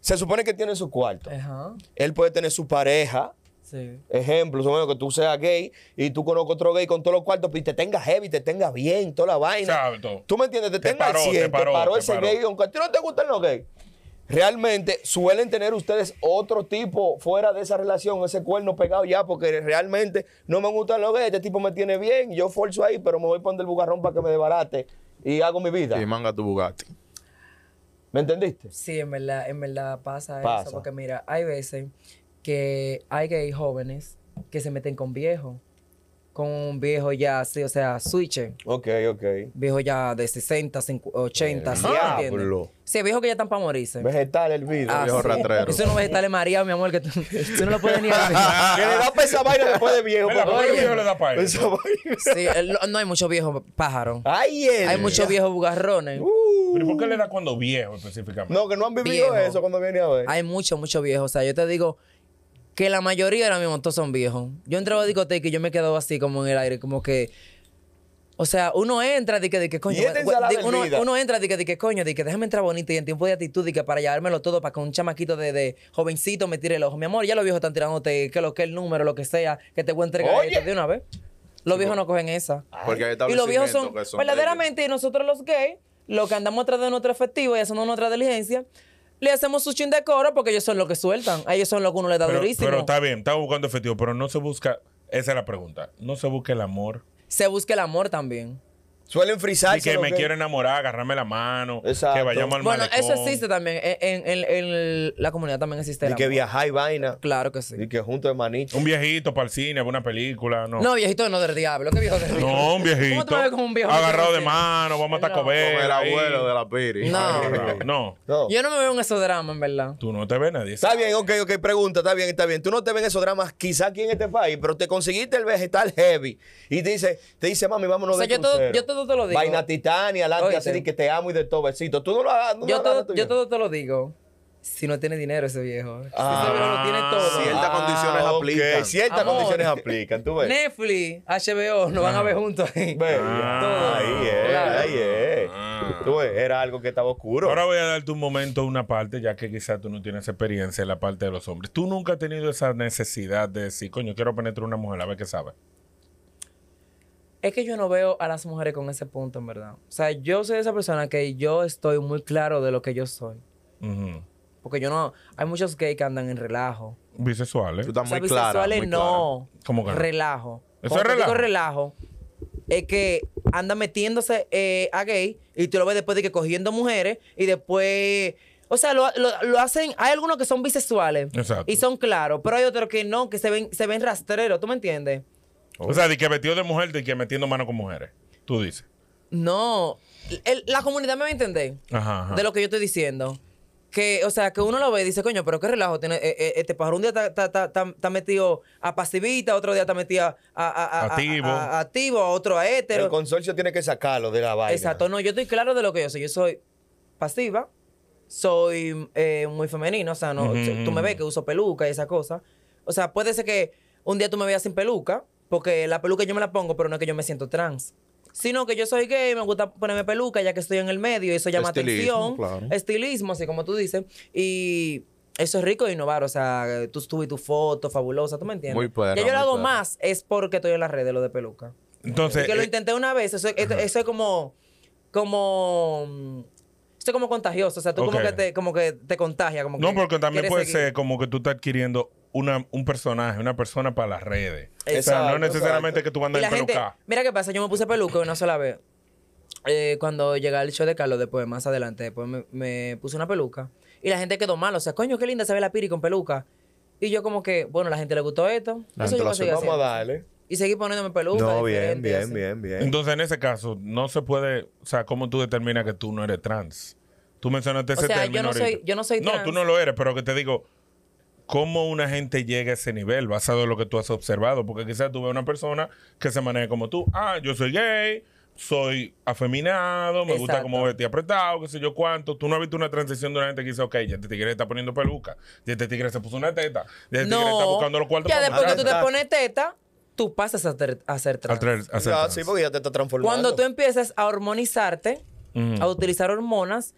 C: Se supone que tienen su cuarto.
A: Ajá.
C: Él puede tener su pareja.
A: Sí.
C: Ejemplo, supongo que tú seas gay y tú conozcas otro gay con todos los cuartos y te tenga heavy, te tenga bien, toda la vaina.
B: Exacto.
C: ¿Tú me entiendes? Te,
B: Te
C: tenga al
B: paró, te
C: 100, te
B: paró,
C: paró,
B: te
C: ese
B: paró.
C: gay. Aunque a ti no te gustan los gays. Realmente suelen tener ustedes otro tipo fuera de esa relación, ese cuerno pegado ya, porque realmente no me gustan los gays. Este tipo me tiene bien, yo forzo ahí, pero me voy a poner el bugarrón para que me debarate y hago mi vida.
D: Y manga tu Bugatti.
C: ¿Me entendiste?
A: Sí, en verdad, en verdad pasa,
C: Pasa.
A: eso. Porque mira, hay veces que hay gays jóvenes que se meten con viejos. Con un viejo ya así, o sea, switchen.
C: Ok, ok.
A: Viejo ya de 60, 50, 80, ¿sí?
C: diablo.
A: ¿entiendes? Sí, viejo que ya están para morirse.
C: Vegetal el video.
A: Ah,
D: viejo
A: sí.
D: rastrero.
A: Eso no vegetales María, mi amor, que tú, tú no lo puedes ni abrir.
C: que le da pa' esa vaina después de viejo.
B: ¿Verdad?
C: papá.
B: ¿Por qué el viejo le da pa' él?
C: Esa vaina.
A: Sí, el- no hay muchos viejos pájaros.
C: Ay, él.
A: Hay muchos viejos bugarrones.
B: ¿Pero ¿y por qué le da cuando viejo específicamente?
C: No, que no han vivido
A: Viejo.
C: eso cuando viene a ver.
A: Hay muchos, muchos viejos. O sea, yo te digo, que la mayoría ahora mismo todos son viejos. Yo entraba a discoteca y yo me quedaba así como en el aire, como que. O sea, uno entra de que, de que coño.
C: Y esta
A: we- we-
C: ensalada
A: de-
C: del
A: uno,
C: vida.
A: uno entra de que, de que coño, de que déjame entrar bonito y en tiempo de actitud y que para llevármelo todo, para que un chamaquito de, de jovencito me tire el ojo. Mi amor, ya los viejos están tirándote que lo que el número, lo que sea, que te voy a entregar
C: Oye.
A: esto de una vez. Los viejos no cogen esa.
D: Porque hay
A: Y los viejos son,
D: establecimientos que son
A: verdaderamente, y nosotros los gays, los que andamos atrás de nuestro efectivo y haciendo nuestra diligencia, le hacemos su chin de coro porque ellos son los que sueltan. A ellos son los que uno le da
B: Pero,
A: durísimo.
B: pero está bien, estamos buscando efectivo, pero no se busca. Esa es la pregunta. No se busca el amor.
A: Se busca el amor también.
C: Suelen frisarse.
B: Y que
C: los
B: me
C: gays.
B: quiero enamorar, agarrarme la mano, que
C: Exacto.
B: vayamos al
A: bueno,
B: malecón.
A: eso existe también. En, en- en- en la comunidad también existe el
C: Y que
A: amor.
C: viajar y vaina.
A: Claro que sí.
C: Y que junto de maniche.
B: Un viejito para el cine, alguna película, no.
A: No, viejito no del diablo. ¿Qué viejo del diablo?
B: No, un
A: ¿Cómo tú
B: viejito.
A: me ves como un viejo?
B: agarrado de
A: No.
B: mano, vamos a Taco Bell.
D: Con el
B: ahí.
D: abuelo de la piri.
A: No.
B: No,
C: No.
A: Yo no me veo en esos dramas, en verdad.
B: tú no te ves nadie.
C: Está bien, ok, ok, pregunta, está bien, está bien. Tú no te ven esos dramas quizá aquí en este país, pero te conseguiste el vegetal heavy. Y te dice, te dice, mami, vámonos
A: O sea,
C: de
A: yo todo-
C: crucero.
A: yo todo te lo digo.
C: Vaina Titania, adelante,
A: Oíste.
C: así de que te amo y de todo, besito. Tú no lo hagas, no
A: Yo
C: lo hagas
A: todo,
C: tuyo.
A: yo todo te lo digo. Si no tiene dinero ese viejo. si
C: Ah,
A: ese viejo lo tiene todo.
D: cierto. Ciertas condiciones
C: ok,
D: aplican.
C: Ciertas
A: Amor.
C: condiciones aplican,
D: Pues.
C: tú ves.
A: Netflix, HBO, nos van a ver juntos ahí.
C: Ve,
B: Ah,
C: ahí es,
A: claro.
C: ahí es.
B: Ah.
C: Tú ves, era algo que estaba oscuro.
B: Ahora voy a darte un momento, una parte, ya que quizás tú no tienes experiencia en la parte de los hombres. Tú nunca has tenido esa necesidad de decir, coño, quiero penetrar una mujer, a ver qué sabe.
A: Es que yo no veo a las mujeres con ese punto, en verdad. O sea, yo soy esa persona que yo estoy muy claro de lo que yo soy.
B: Ujú.
A: Porque yo no. Hay muchos gays que andan en relajo.
B: Bisexuales.
D: Tú estás
A: O sea,
D: muy clara.
A: bisexuales
D: muy
A: no.
B: clara. ¿Cómo que no?
A: Relajo.
B: ¿Eso
A: Cuando
B: es
A: te digo relajo,
B: relajo?
A: es que anda metiéndose eh, a gay y tú lo ves después de que cogiendo mujeres y después. O sea, lo, lo- lo hacen. Hay algunos que son bisexuales
B: Exacto.
A: y son claros, pero hay otros que no, que se ven, se ven rastreros. ¿Tú me entiendes?
B: O sea, de que vestido de mujer, de que metiendo mano con mujeres. Tú dices.
A: No. El- la comunidad me va a entender.
B: Ajá. ajá.
A: de lo que yo estoy diciendo. Que, o sea, que uno lo ve y dice, coño, pero qué relajo tiene eh, eh, este pájaro. Un día está, está- está- está- está metido a pasivita, otro día está metido a, a- a- a-
B: Activo.
A: a- a- a activo, a otro a
C: Pero el
A: hétero.
C: consorcio tiene que sacarlo de la vaina.
A: Exacto, no, yo estoy claro de lo que yo soy. Yo soy pasiva, soy eh, muy femenino, o sea, no,
B: Ujú.
A: tú me ves que uso peluca y esas cosas. O sea, puede ser que un día tú me veas sin peluca, porque la peluca yo me la pongo, pero no es que yo me siento trans. Sino que yo soy gay, me gusta ponerme peluca ya que estoy en el medio y eso llama
D: Estilismo,
A: atención.
D: claro.
A: Estilismo, así como tú dices. Y eso es rico de innovar, o sea, tú subes tu foto fabulosa, ¿tú me entiendes?
D: Muy
A: Ya
D: perra,
A: yo
D: muy
A: lo hago
D: perra.
A: más, es porque estoy en las redes, lo de peluca.
B: Entonces,
A: Porque lo
B: eh,
A: intenté una vez. Eso, esto- eso es como. Como. mm, Esto es como contagioso. O sea, tú
B: Ok.
A: como, que te, como que te contagia. Como
B: no,
A: que
B: porque también
A: quieres
B: puede
A: seguir.
B: ser como que tú estás adquiriendo una, un personaje, una persona para las redes. o sea,
C: Exacto,
B: no necesariamente que tú
A: Y
B: andas
A: la
B: en
A: gente.
B: peluca.
A: Mira qué pasa. Yo me puse peluca una sola vez. Eh, cuando llegué al show de Carlos, después, más adelante, después me, me puse una peluca. Y la gente quedó mal. O sea, coño, qué linda se ve la piri con peluca. Y yo, como que, bueno, la gente le gustó esto.
D: La
A: eso
D: gente
A: yo
D: lo
A: lo seguí
D: aceptó.
C: Vamos a
A: haciendo.
C: darle.
A: Y seguí poniéndome peluca.
C: No, bien,
A: diferente,
C: bien,
A: así.
C: bien, bien.
B: Entonces, en ese caso, no se puede. O sea, ¿cómo tú determinas que tú no eres trans? Tú mencionaste
A: O
B: ese
A: sea, yo
B: término.
A: no soy-
B: ahorita.
A: yo no soy
B: No,
A: trans.
B: tú no lo eres, pero que te digo, ¿cómo una gente llega a ese nivel basado en lo que tú has observado? Porque quizás tú ves una persona que se maneja como tú. Ah, yo soy gay, soy afeminado, me gusta
A: Exacto.
B: cómo vestir apretado, qué sé yo cuánto. Tú no has visto una transición de una gente que dice, ok, ya este tigre está poniendo peluca, ya este tigre se puso una teta, ya este tigre está buscando los cuartos
A: ya
B: para
A: después que tú te
B: mandarse".
A: pones teta, tú pasas a, ter- a ser trans.
B: Al trans- a ser
C: Ah,
B: trans.
C: sí, porque ya te está transformando.
A: Cuando tú em- empiezas a hormonizarte,
B: Ujú.
A: a utilizar hormonas,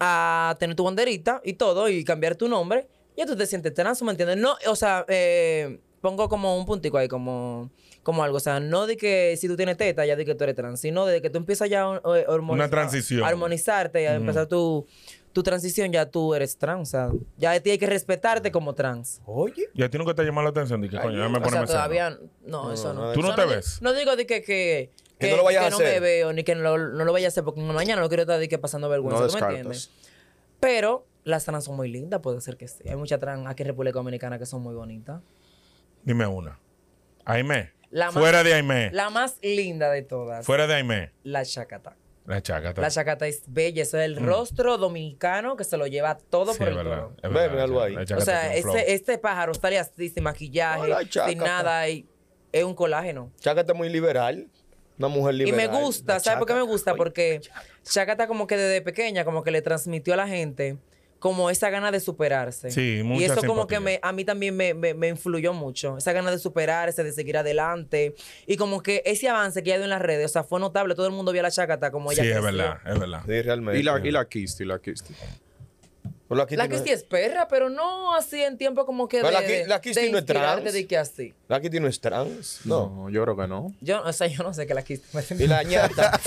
A: a tener tu banderita y todo, y cambiar tu nombre, ya tú te sientes trans, ¿me entiendes? No, o sea, eh, pongo como un puntico ahí, como, como algo. O sea, no de que si tú tienes teta, ya de que tú eres trans, sino de que tú empiezas ya a eh, hormonizar-
B: Una transición.
A: a hormonizarte y a empezar tu, tu transición, ya tú eres trans. O sea, ya a ti hay que respetarte como trans.
C: Oye.
B: Y a ti nunca te ha llamado la atención, dije, coño, déjame
A: O sea,
B: ponerme sano.
A: todavía no, eso no.
C: no,
B: ¿Tú no
A: Eso
B: te
A: di-
B: ves?
A: No digo de que, que,
C: Que no lo vayas
A: que
C: a
A: no me
C: hacer.
A: veo, ni que no, lo- no lo vaya a hacer, porque mañana no quiero estar de que pasando vergüenza,
D: No
A: ¿tú me
D: descartas.
A: entiendes? Pero las trans son muy lindas, puede ser que sí. Hay muchas trans aquí en República Dominicana que son muy bonitas.
B: Dime una. Aime.
A: La más-
B: Fuera de Aime.
A: La más linda de todas,
B: Eh. Fuera de Aime.
A: la chacata.
B: La chacata.
A: La chacata es bella, eso es el rostro dominicano que se lo lleva todo
B: Mm. Sí,
A: por
B: es
A: el
B: verdad,
A: toro.
B: es
C: Ve,
B: verdad,
C: míralo
B: la
C: ahí.
B: chacata
A: O sea,
B: tiene un flow.
A: ese- este pájaro sale así, sin maquillaje,
C: Hola,
A: sin
C: Chacata.
A: nada, y es un colágeno.
C: Chácate muy liberal. Una mujer
A: Y
C: liberal.
A: me gusta, ¿sabes por qué me gusta? Porque Chacata como que desde pequeña como que le transmitió a la gente como esa gana de superarse.
B: Sí,
A: Y
B: mucha
A: eso como
B: simpatía.
A: que me, a mí también me, me- me influyó mucho. Esa gana de superarse, de seguir adelante. Y como que ese avance que ha ido en las redes, o sea, fue notable. Todo el mundo vio la chacata como
B: Sí,
A: ella
B: es
A: creció.
B: verdad, es verdad.
C: Sí, realmente.
D: Y la, y la Kisti, la Kisti.
C: Pero la Kitty
A: La
C: no es-
A: Kisti es perra, pero no así en tiempo como que
C: Pero
A: de,
C: la Ki- la
A: de
C: Kisti no es
A: inspirarte
C: trans.
A: de que así.
C: la Kitty no es trans. No.
D: No, yo creo que no.
A: Yo, o sea, yo no sé que la Kisti
C: Y la ñata.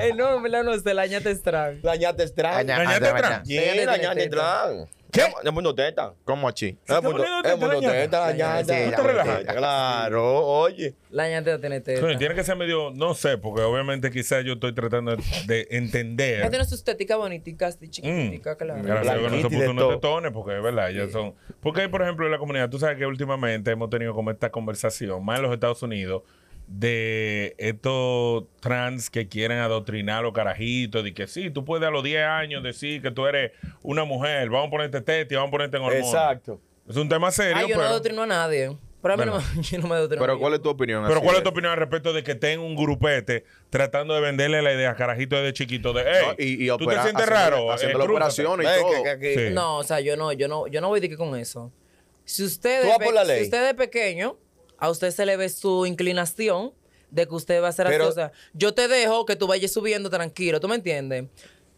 A: Eh, no, en verdad no sé, la ñata es trans.
C: la ñata es trans.
B: Ñata es
E: Ñata.
B: trans.
C: Sí,
A: Ella
C: la
A: tiene
C: ñata es
A: teta.
C: trans. ¿Qué? Es mundo teta.
D: ¿Cómo así?
C: Es
B: está
C: mundo
B: poniendo teta
C: es mundo
B: la ñata?
C: teta, la
A: La ñata,
C: ñata.
E: sí,
C: Es
E: la
C: mundo
B: relajas.
C: teta, Claro, oye.
A: La ñata tiene teta.
B: Coño, tiene que ser medio, no sé, porque obviamente quizás yo estoy tratando de entender.
A: Ella tiene su estética bonitica, así
D: Mm.
A: chiquitica, claro.
B: Gracias a Dios que no se
C: Blanquita y de
B: puso unos
C: todo.
B: tetones, porque es verdad, ellas son. Porque hay, por ejemplo, en la comunidad, tú sabes que últimamente hemos tenido como esta conversación, más en los Estados Unidos, de estos trans que quieren adoctrinar a los carajitos, de que sí, tú puedes a los 10 años decir que tú eres una mujer, vamos a ponerte teta y vamos a ponerte en hormonas.
C: Exacto.
B: Es un tema serio,
A: Ay, Ah, yo no
B: pero.
A: adoctrino a nadie. Pero a mí no,
B: Bueno.
A: me- yo no me adoctrino.
D: Pero ¿cuál es tu opinión?
B: Pero
D: así
B: ¿cuál es
D: de-
B: tu opinión al respecto de que tenga un grupete tratando de venderle la idea a carajitos desde chiquito de, hey,
D: No, y, y
B: tú
D: opera-
B: te sientes
D: haciendo-
B: raro eh,
D: Haciendo la
B: crúzate".
D: operación y
C: Ve
D: todo.
C: que- que- que-
B: Sí.
A: No, o sea, yo no, yo no, yo no voy de que con eso. Si usted,
C: Tú
A: de
C: vas por la ley.
A: si usted es pequeño, a usted se le ve su inclinación de que usted va a ser
C: Pero-
A: así. O sea, yo te dejo que tú vayas subiendo tranquilo, ¿tú me entiendes?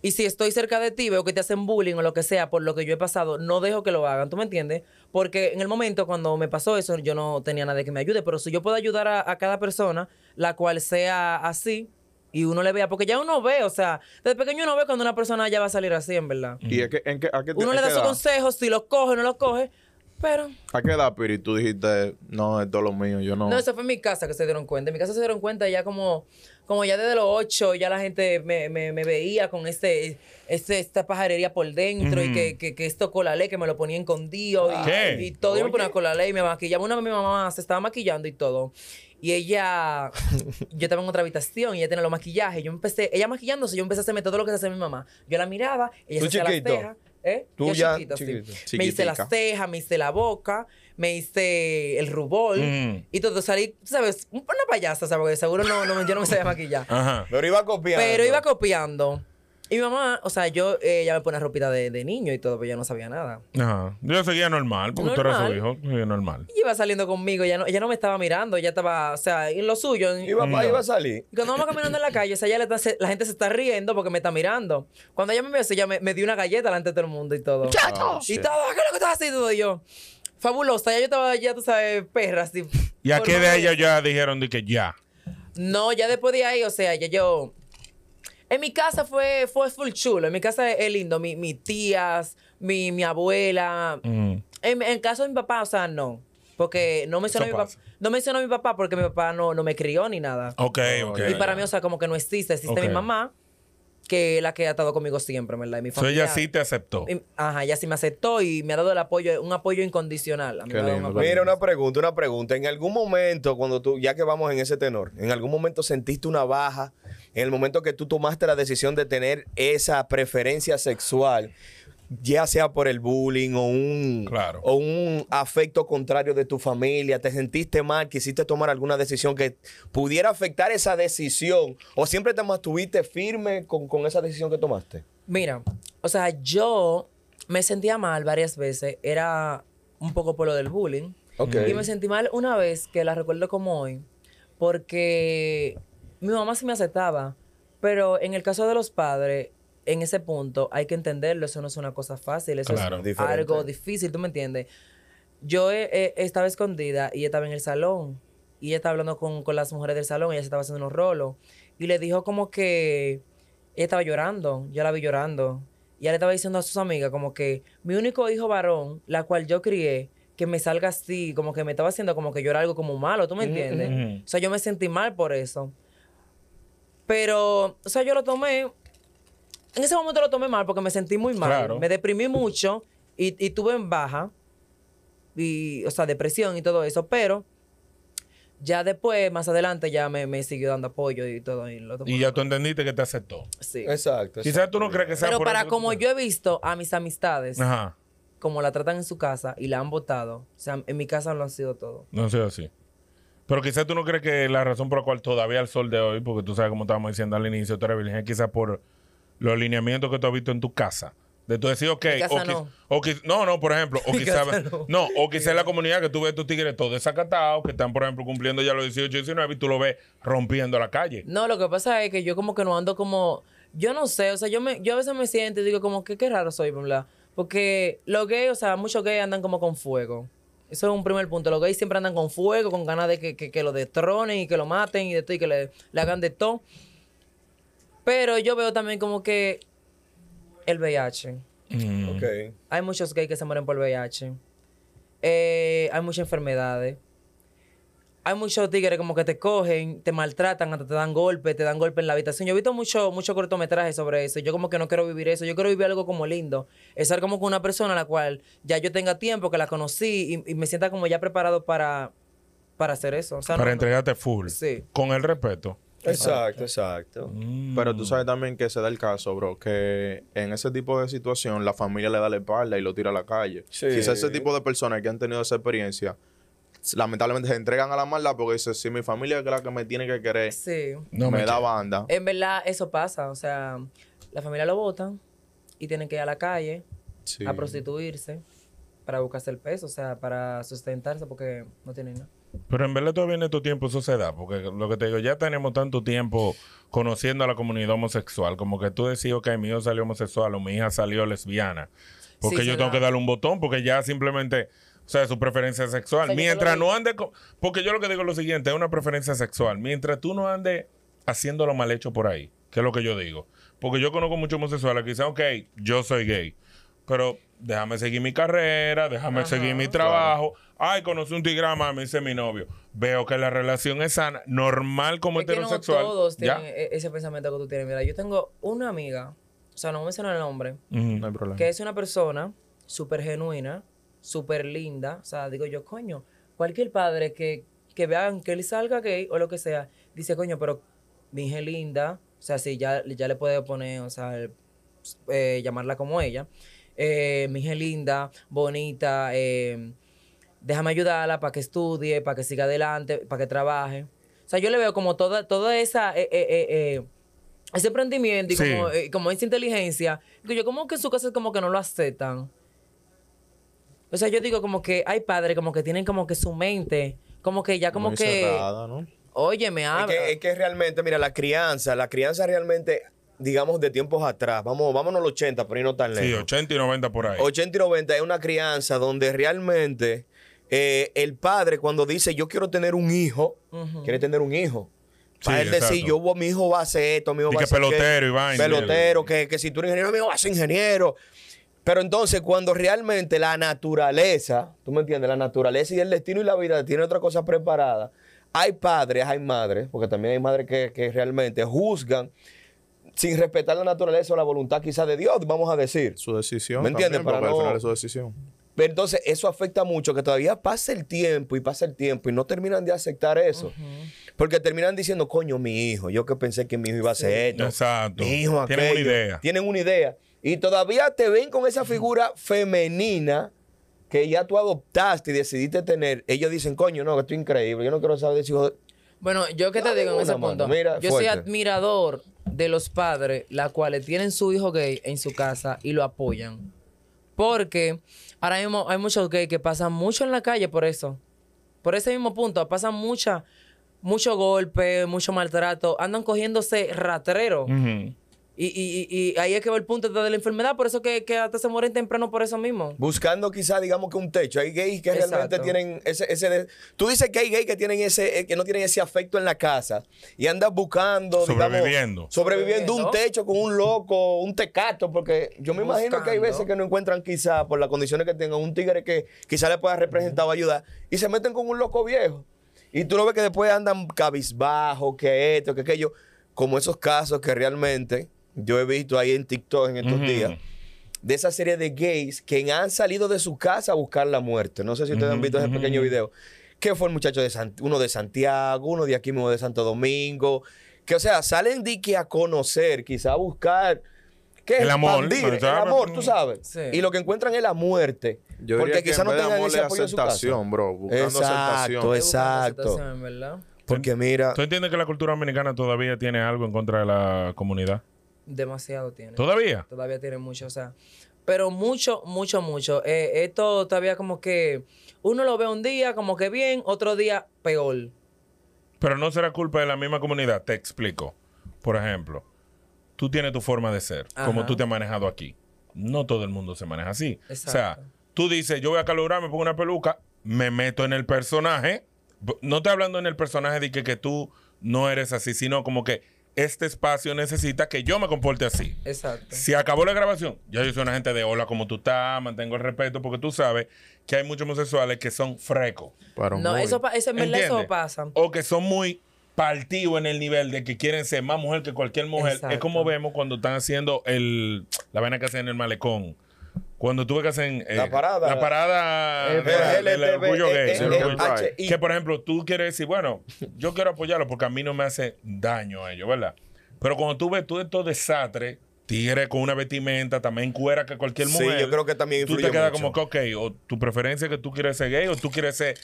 A: Y si estoy cerca de ti, veo que te hacen bullying o lo que sea por lo que yo he pasado, no dejo que lo hagan, ¿tú me entiendes? Porque en el momento cuando me pasó eso, yo no tenía nadie que me ayude, pero si yo puedo ayudar a, a cada persona, la cual sea así, y uno le vea, porque ya uno ve, o sea, desde pequeño uno ve cuando una persona ya va a salir así, en verdad.
D: ¿Y es que, en qué- a qué te-
A: Uno
D: a
A: le da
D: qué
A: sus
D: edad?
A: consejos, si los coge o no los coge, pero...
D: ¿A qué edad, Piri, tú dijiste, no, esto es lo mío, yo no?
A: No, eso fue en mi casa que se dieron cuenta. En mi casa se dieron cuenta ya como, como ya desde los ocho, ya la gente me, me- me veía con este, este- esta pajarería por dentro y que, que, que esto colalé, que me lo ponía escondido y,
B: ¿Qué?
A: y todo. Yo me ponía colalé y me maquillaba. Una vez mi mamá se estaba maquillando y todo. Y ella, yo estaba en otra habitación y ella tenía los maquillajes. Yo empecé, ella maquillándose, yo empecé a hacerme todo lo que se hace mi mamá. Yo la miraba, ella
C: ¿Tú
A: se hacía las
C: chiquito?
A: cejas. ¿Eh?
C: Tú
A: Yo
C: ya
A: chiquita, sí.
C: chiquito.
A: Me hice
D: Chiquitica.
A: las cejas, me hice la boca, me hice el rubor
B: Mm.
A: y todo. Salí, tú sabes, un- una payasa, ¿sabes? Porque seguro no, no, yo no me sabía maquillar.
B: Ajá.
C: Pero iba copiando.
A: Pero iba copiando. Y mi mamá, o sea, yo, eh, ella me pone ropita de, de niño y todo, pero yo no sabía nada.
B: Ajá. Yo seguía normal, porque tú eras su hijo,
A: Normal.
B: seguía normal.
A: Y iba saliendo conmigo, ella no, ella no me estaba mirando, ella estaba, o sea, en lo suyo. en-
C: Iba, pa- iba a salir.
A: Y Cuando vamos caminando en la calle, o sea, ella le está- se- la gente se está riendo porque me está mirando. Cuando ella me vio, así, ella me, me dio una galleta delante de todo el mundo y todo.
D: Ah,
A: Y
D: shit.
A: todo, ¿qué es lo que estás haciendo? Y yo, fabulosa. Ya yo estaba, ya tú sabes, perra, así.
B: Y a qué
A: Por
B: de
A: más-
B: ellos ya dijeron de que ya.
A: No, ya después de ahí, o sea, ya yo... En mi casa fue, fue full chulo. En mi casa es, es lindo. Mi- mis tías, mi, mi abuela.
B: Mm.
A: En, en el caso de mi papá, o sea, no. Porque no menciono, a mi,
B: Eso
A: papá,
B: pasa.
A: no menciono a mi papá porque mi papá no, no me crió ni nada.
B: Ok, ok.
A: y para mí, o sea, como que no existe. Existe
B: Ok.
A: mi mamá, que es la que ha estado conmigo siempre, ¿verdad? Y mi
B: So,
A: familia.
B: ella sí te aceptó.
A: y- Ajá, ella sí me aceptó y me ha dado el apoyo, un apoyo incondicional. A mí
D: Qué
A: me ha dado un
D: lindo.
A: apoyo
C: Mira,
D: Bueno,
C: una pregunta, una pregunta. En algún momento, cuando tú, ya que vamos en ese tenor, en algún momento sentiste una baja, en el momento que tú tomaste la decisión de tener esa preferencia sexual, ya sea por el bullying o un,
B: Claro.
C: o un afecto contrario de tu familia, te sentiste mal, quisiste tomar alguna decisión que pudiera afectar esa decisión, o siempre te mantuviste firme con, con esa decisión que tomaste.
A: Mira, o sea, yo me sentía mal varias veces. Era un poco por lo del bullying.
C: Ok.
A: Y me sentí mal una vez que la recuerdo como hoy, porque mi mamá sí me aceptaba, pero en el caso de los padres, en ese punto hay que entenderlo, eso no es una cosa fácil, eso
B: Claro,
A: es
C: diferente.
A: algo difícil, ¿tú me entiendes? Yo eh, eh, estaba escondida y ella estaba en el salón. Y ella estaba hablando con, con las mujeres del salón, ella se estaba haciendo unos rolos. Y le dijo como que ella estaba llorando, yo la vi llorando. Y ella le estaba diciendo a sus amigas como que mi único hijo varón, la cual yo crié, que me salga así, como que me estaba haciendo como que yo era algo como malo, ¿tú me entiendes?
B: ujú.
A: O sea, yo me sentí mal por eso. Pero, o sea, yo lo tomé, en ese momento lo tomé mal porque me sentí muy mal,
B: Claro.
A: me deprimí mucho y, y tuve en baja, y, o sea, depresión y todo eso, pero ya después, más adelante, ya me, me siguió dando apoyo y todo. Y, lo tomé.
B: Y ya tú entendiste que te aceptó.
A: Sí.
C: Exacto.
B: Quizás tú no crees que sea
A: Pero
B: por
A: para
B: eso que
A: como
B: tú-
A: yo he visto a mis amistades,
B: Ajá.
A: como la tratan en su casa y la han votado, o sea, en mi casa lo han sido todo.
B: No sé así. Pero quizás tú no crees que la razón por la cual todavía al sol de hoy, porque tú sabes como estábamos diciendo al inicio, tú eres virgen, quizás por los lineamientos que tú has visto en tu casa, De tú decir, ok,
A: Mi casa
B: o, qui-
A: no.
B: o qui- no, no, por ejemplo, o
A: Mi
B: quizá,
A: casa no.
B: no, o quizá la comunidad que tú ves estos tigres todos desacatados, que están, por ejemplo, cumpliendo ya los 18, 19, y tú lo ves rompiendo la calle.
A: No, lo que pasa es que yo como que no ando como, yo no sé, o sea, yo me, yo a veces me siento y digo como que qué raro soy, ¿verdad? Porque los gays, o sea, muchos gays andan como con fuego. Eso es un primer punto. Los gays siempre andan con fuego, con ganas de que, que- que lo destronen y que lo maten y de todo y que le, le hagan de todo. Pero yo veo también como que el VIH.
B: Mm.
C: Ok.
A: Hay muchos gays que se mueren por VIH. Eh, hay muchas enfermedades. Hay muchos tigres como que te cogen, te maltratan, hasta te dan golpes, te dan golpes en la habitación. Yo he visto mucho, mucho cortometraje sobre eso. Yo como que no quiero vivir eso. Yo quiero vivir algo como lindo. Estar como con una persona a la cual ya yo tenga tiempo, que la conocí y, y me sienta como ya preparado para, para hacer eso. O sea,
B: Para
A: no- no-
B: entregarte full.
A: Sí.
B: Con el respeto.
C: Exacto, exacto.
D: Pero tú sabes también que se da el caso, bro, que en ese tipo de situación la familia le da la espalda y lo tira a la calle.
C: Sí.
D: Quizás ese tipo de personas que han tenido esa experiencia, lamentablemente se entregan a la maldad porque dicen, si mi familia es la que me tiene que querer,
A: Sí.
B: No
D: me,
B: me
D: da
B: quiere.
D: banda.
A: En verdad, eso pasa. O sea, la familia lo botan y tienen que ir a la calle
D: Sí.
A: a prostituirse para buscarse el peso, o sea, para sustentarse porque no tienen nada.
B: Pero en verdad todavía en estos tiempos eso se da, porque lo que te digo, ya tenemos tanto tiempo conociendo a la comunidad homosexual, como que tú decís, ok, mi hijo salió homosexual o mi hija salió lesbiana, porque
A: Sí,
B: yo
A: se da.
B: tengo que darle un botón, porque ya simplemente, o sea, su preferencia sexual,
A: O sea, yo te lo
B: mientras
A: digo.
B: no ande, co- porque yo lo que digo es lo siguiente, es una preferencia sexual, mientras tú no andes haciéndolo mal hecho por ahí, que es lo que yo digo, porque yo conozco muchos homosexuales que dicen, ok, yo soy gay, pero déjame seguir mi carrera, déjame seguir mi trabajo. Ay, conocí un tigrama, me dice mi novio. Veo que la relación es sana, normal como
A: Es que no
B: heterosexual.
A: todos
B: ¿Ya?
A: tienen e- ese pensamiento que tú tienes. Mira, yo tengo una amiga, o sea, no voy a mencionar el nombre,
D: No
B: Ujú.
D: hay problema.
A: que es una persona súper genuina, súper linda, o sea, digo yo, coño, cualquier padre que, que vean que él salga gay o lo que sea, dice, coño, pero mi hija es linda, o sea, sí, ya, ya le puede poner, o sea, el- eh, llamarla como ella, eh, mi hija es linda, bonita, eh, déjame ayudarla para que estudie, para que siga adelante, para que trabaje. O sea, yo le veo como toda, toda esa... eh, eh, eh, eh, ese emprendimiento y
B: Sí.
A: como, eh, como esa inteligencia, que yo como que en su casa como que no lo aceptan. O sea, yo digo como que hay padres como que tienen como que su mente, como que ya como
D: Muy
A: que,
D: cerrada, ¿no?
A: oye, me
C: Es
A: habla.
C: que, es que realmente, mira, la crianza, la crianza realmente, digamos, de tiempos atrás, vamos, vámonos a los 80, pero no tan lejos.
B: Sí, 80 y 90 por ahí.
C: 80 y 90 es una crianza donde realmente eh, el padre cuando dice yo quiero tener un hijo, quiere tener un hijo. Para
B: Sí,
C: él decir,
B: exacto.
C: yo, mi hijo va a ser esto, mi hijo
B: Y
C: va
B: que
C: a ser aquello.
B: pelotero y vaina.
C: Pelotero, que, que si tú eres ingeniero, mi hijo va a ser ingeniero. Pero entonces, cuando realmente la naturaleza, tú me entiendes, la naturaleza y el destino y la vida tiene otra cosa preparada, hay padres, hay madres, porque también hay madres que, que realmente juzgan sin respetar la naturaleza o la voluntad quizás de Dios, vamos a decir.
D: Su decisión.
C: ¿Me entiendes?
D: también, porque
C: Para
D: al
C: no-
D: final es su decisión.
C: Pero entonces eso afecta mucho, que todavía pasa el tiempo y pasa el tiempo y no terminan de aceptar eso. Porque terminan diciendo, coño, mi hijo, yo que pensé que mi hijo iba a hacer esto.
B: Exacto.
C: Mi hijo
B: Tienen una
C: aquello".
B: idea.
C: Tienen una idea. Y todavía te ven con esa figura femenina que ya tú adoptaste y decidiste tener. Ellos dicen, coño, no, que esto es increíble. Yo no quiero saber de ese hijo. de-".
A: Bueno, yo qué te
C: Dame
A: digo en ese
C: una mano,
A: punto.
C: mira,
A: yo soy
C: fuerte.
A: admirador de los padres, las cuales tienen su hijo gay en su casa y lo apoyan. Porque ahora mismo hay muchos gays que pasan mucho en la calle por eso. Por ese mismo punto, pasan mucha, mucho golpe, mucho maltrato, andan cogiéndose ratreros.
B: Ujú.
A: Y, y- y- y ahí es que va el punto de la enfermedad, por eso que, que hasta se mueren temprano por eso mismo.
C: Buscando quizás, digamos que un techo. Hay gays que
A: Exacto.
C: realmente tienen ese... ese de- Tú dices que hay gays que, tienen ese, eh, que no tienen ese afecto en la casa y andas buscando... digamos,
B: Sobreviviendo.
C: sobreviviendo un
A: Sobreviviendo.
C: techo con un loco, un tecato, porque yo me imagino que hay
A: Buscando.
C: veces que no encuentran quizás por las condiciones que tengan un tigre que quizás le pueda representar o ayudar y se meten con un loco viejo. Y tú lo ves que después andan cabizbajo, que esto, que aquello. Como esos casos que realmente yo he visto ahí en TikTok en estos
B: Ujú.
C: días, de esa serie de gays que han salido de su casa a buscar la muerte. No sé si ustedes han visto ese pequeño video. Que fue el muchacho de Sant- uno de Santiago, uno de aquí mismo de Santo Domingo. Que, o sea, salen de que a conocer, quizá a buscar. ¿Qué es?
B: El amor,
C: Expandir,
B: ¿no?
C: el
B: ¿sabes?
C: amor, tú sabes.
A: Sí.
C: Y lo que encuentran es la muerte.
D: Yo
C: porque
D: diría que
C: quizá
D: en
C: no
D: vez de
C: tengan
D: amor
C: ese
D: es
C: apoyo en su
D: aceptación,
C: casa.
D: bro, buscando aceptación.
C: Exacto,
D: Estoy
C: exacto.
A: Buscando aceptación, ¿verdad?
C: Porque mira,
B: ¿Tú entiendes que la cultura dominicana todavía tiene algo en contra de la comunidad?
A: Demasiado tiene.
B: ¿Todavía?
A: Todavía tiene mucho, o sea. Pero mucho, mucho, mucho. Eh, esto todavía como que uno lo ve un día como que bien, otro día peor.
B: Pero no será culpa de la misma comunidad. Te explico. Por ejemplo, tú tienes tu forma de ser, como
A: Ajá.
B: tú te has manejado aquí. No todo el mundo se maneja así. O sea,
A: Exacto.
B: tú dices, yo voy a calurarme, pongo una peluca, me meto en el personaje. B- No estoy hablando en el personaje de que, que tú no eres así, sino como que este espacio necesita que yo me comporte así.
A: Exacto.
B: Si acabó la grabación, ya yo soy una gente de hola, como tú estás, mantengo el respeto, porque tú sabes que hay muchos homosexuales que son frecos.
D: Pero
A: No,
D: muy-
A: eso, pa- eso, en verdad eso
B: ¿Entiendes?
A: pasa.
B: O que son muy partidos en el nivel de que quieren ser más mujer que cualquier mujer. Es
A: Exacto.
B: como vemos cuando están haciendo el la vaina que hacen en el malecón. Cuando tuve que hacen eh,
C: La parada.
B: la parada
C: El
B: de la- del
C: LTV,
B: orgullo gay.
C: eh,
B: sí,
C: eh,
B: el orgullo-
C: H, I.
B: Que por ejemplo, tú quieres decir, bueno, yo quiero apoyarlo porque a mí no me hace daño a ellos, ¿verdad? Pero cuando tú ves todo estos desastres, tigre con una vestimenta, también cuera que cualquier
C: Sí,
B: mujer.
C: yo creo que también
B: Tú te
C: influye
B: quedas
C: mucho.
B: como que, ok, o tu preferencia es que tú quieres ser gay o tú quieres ser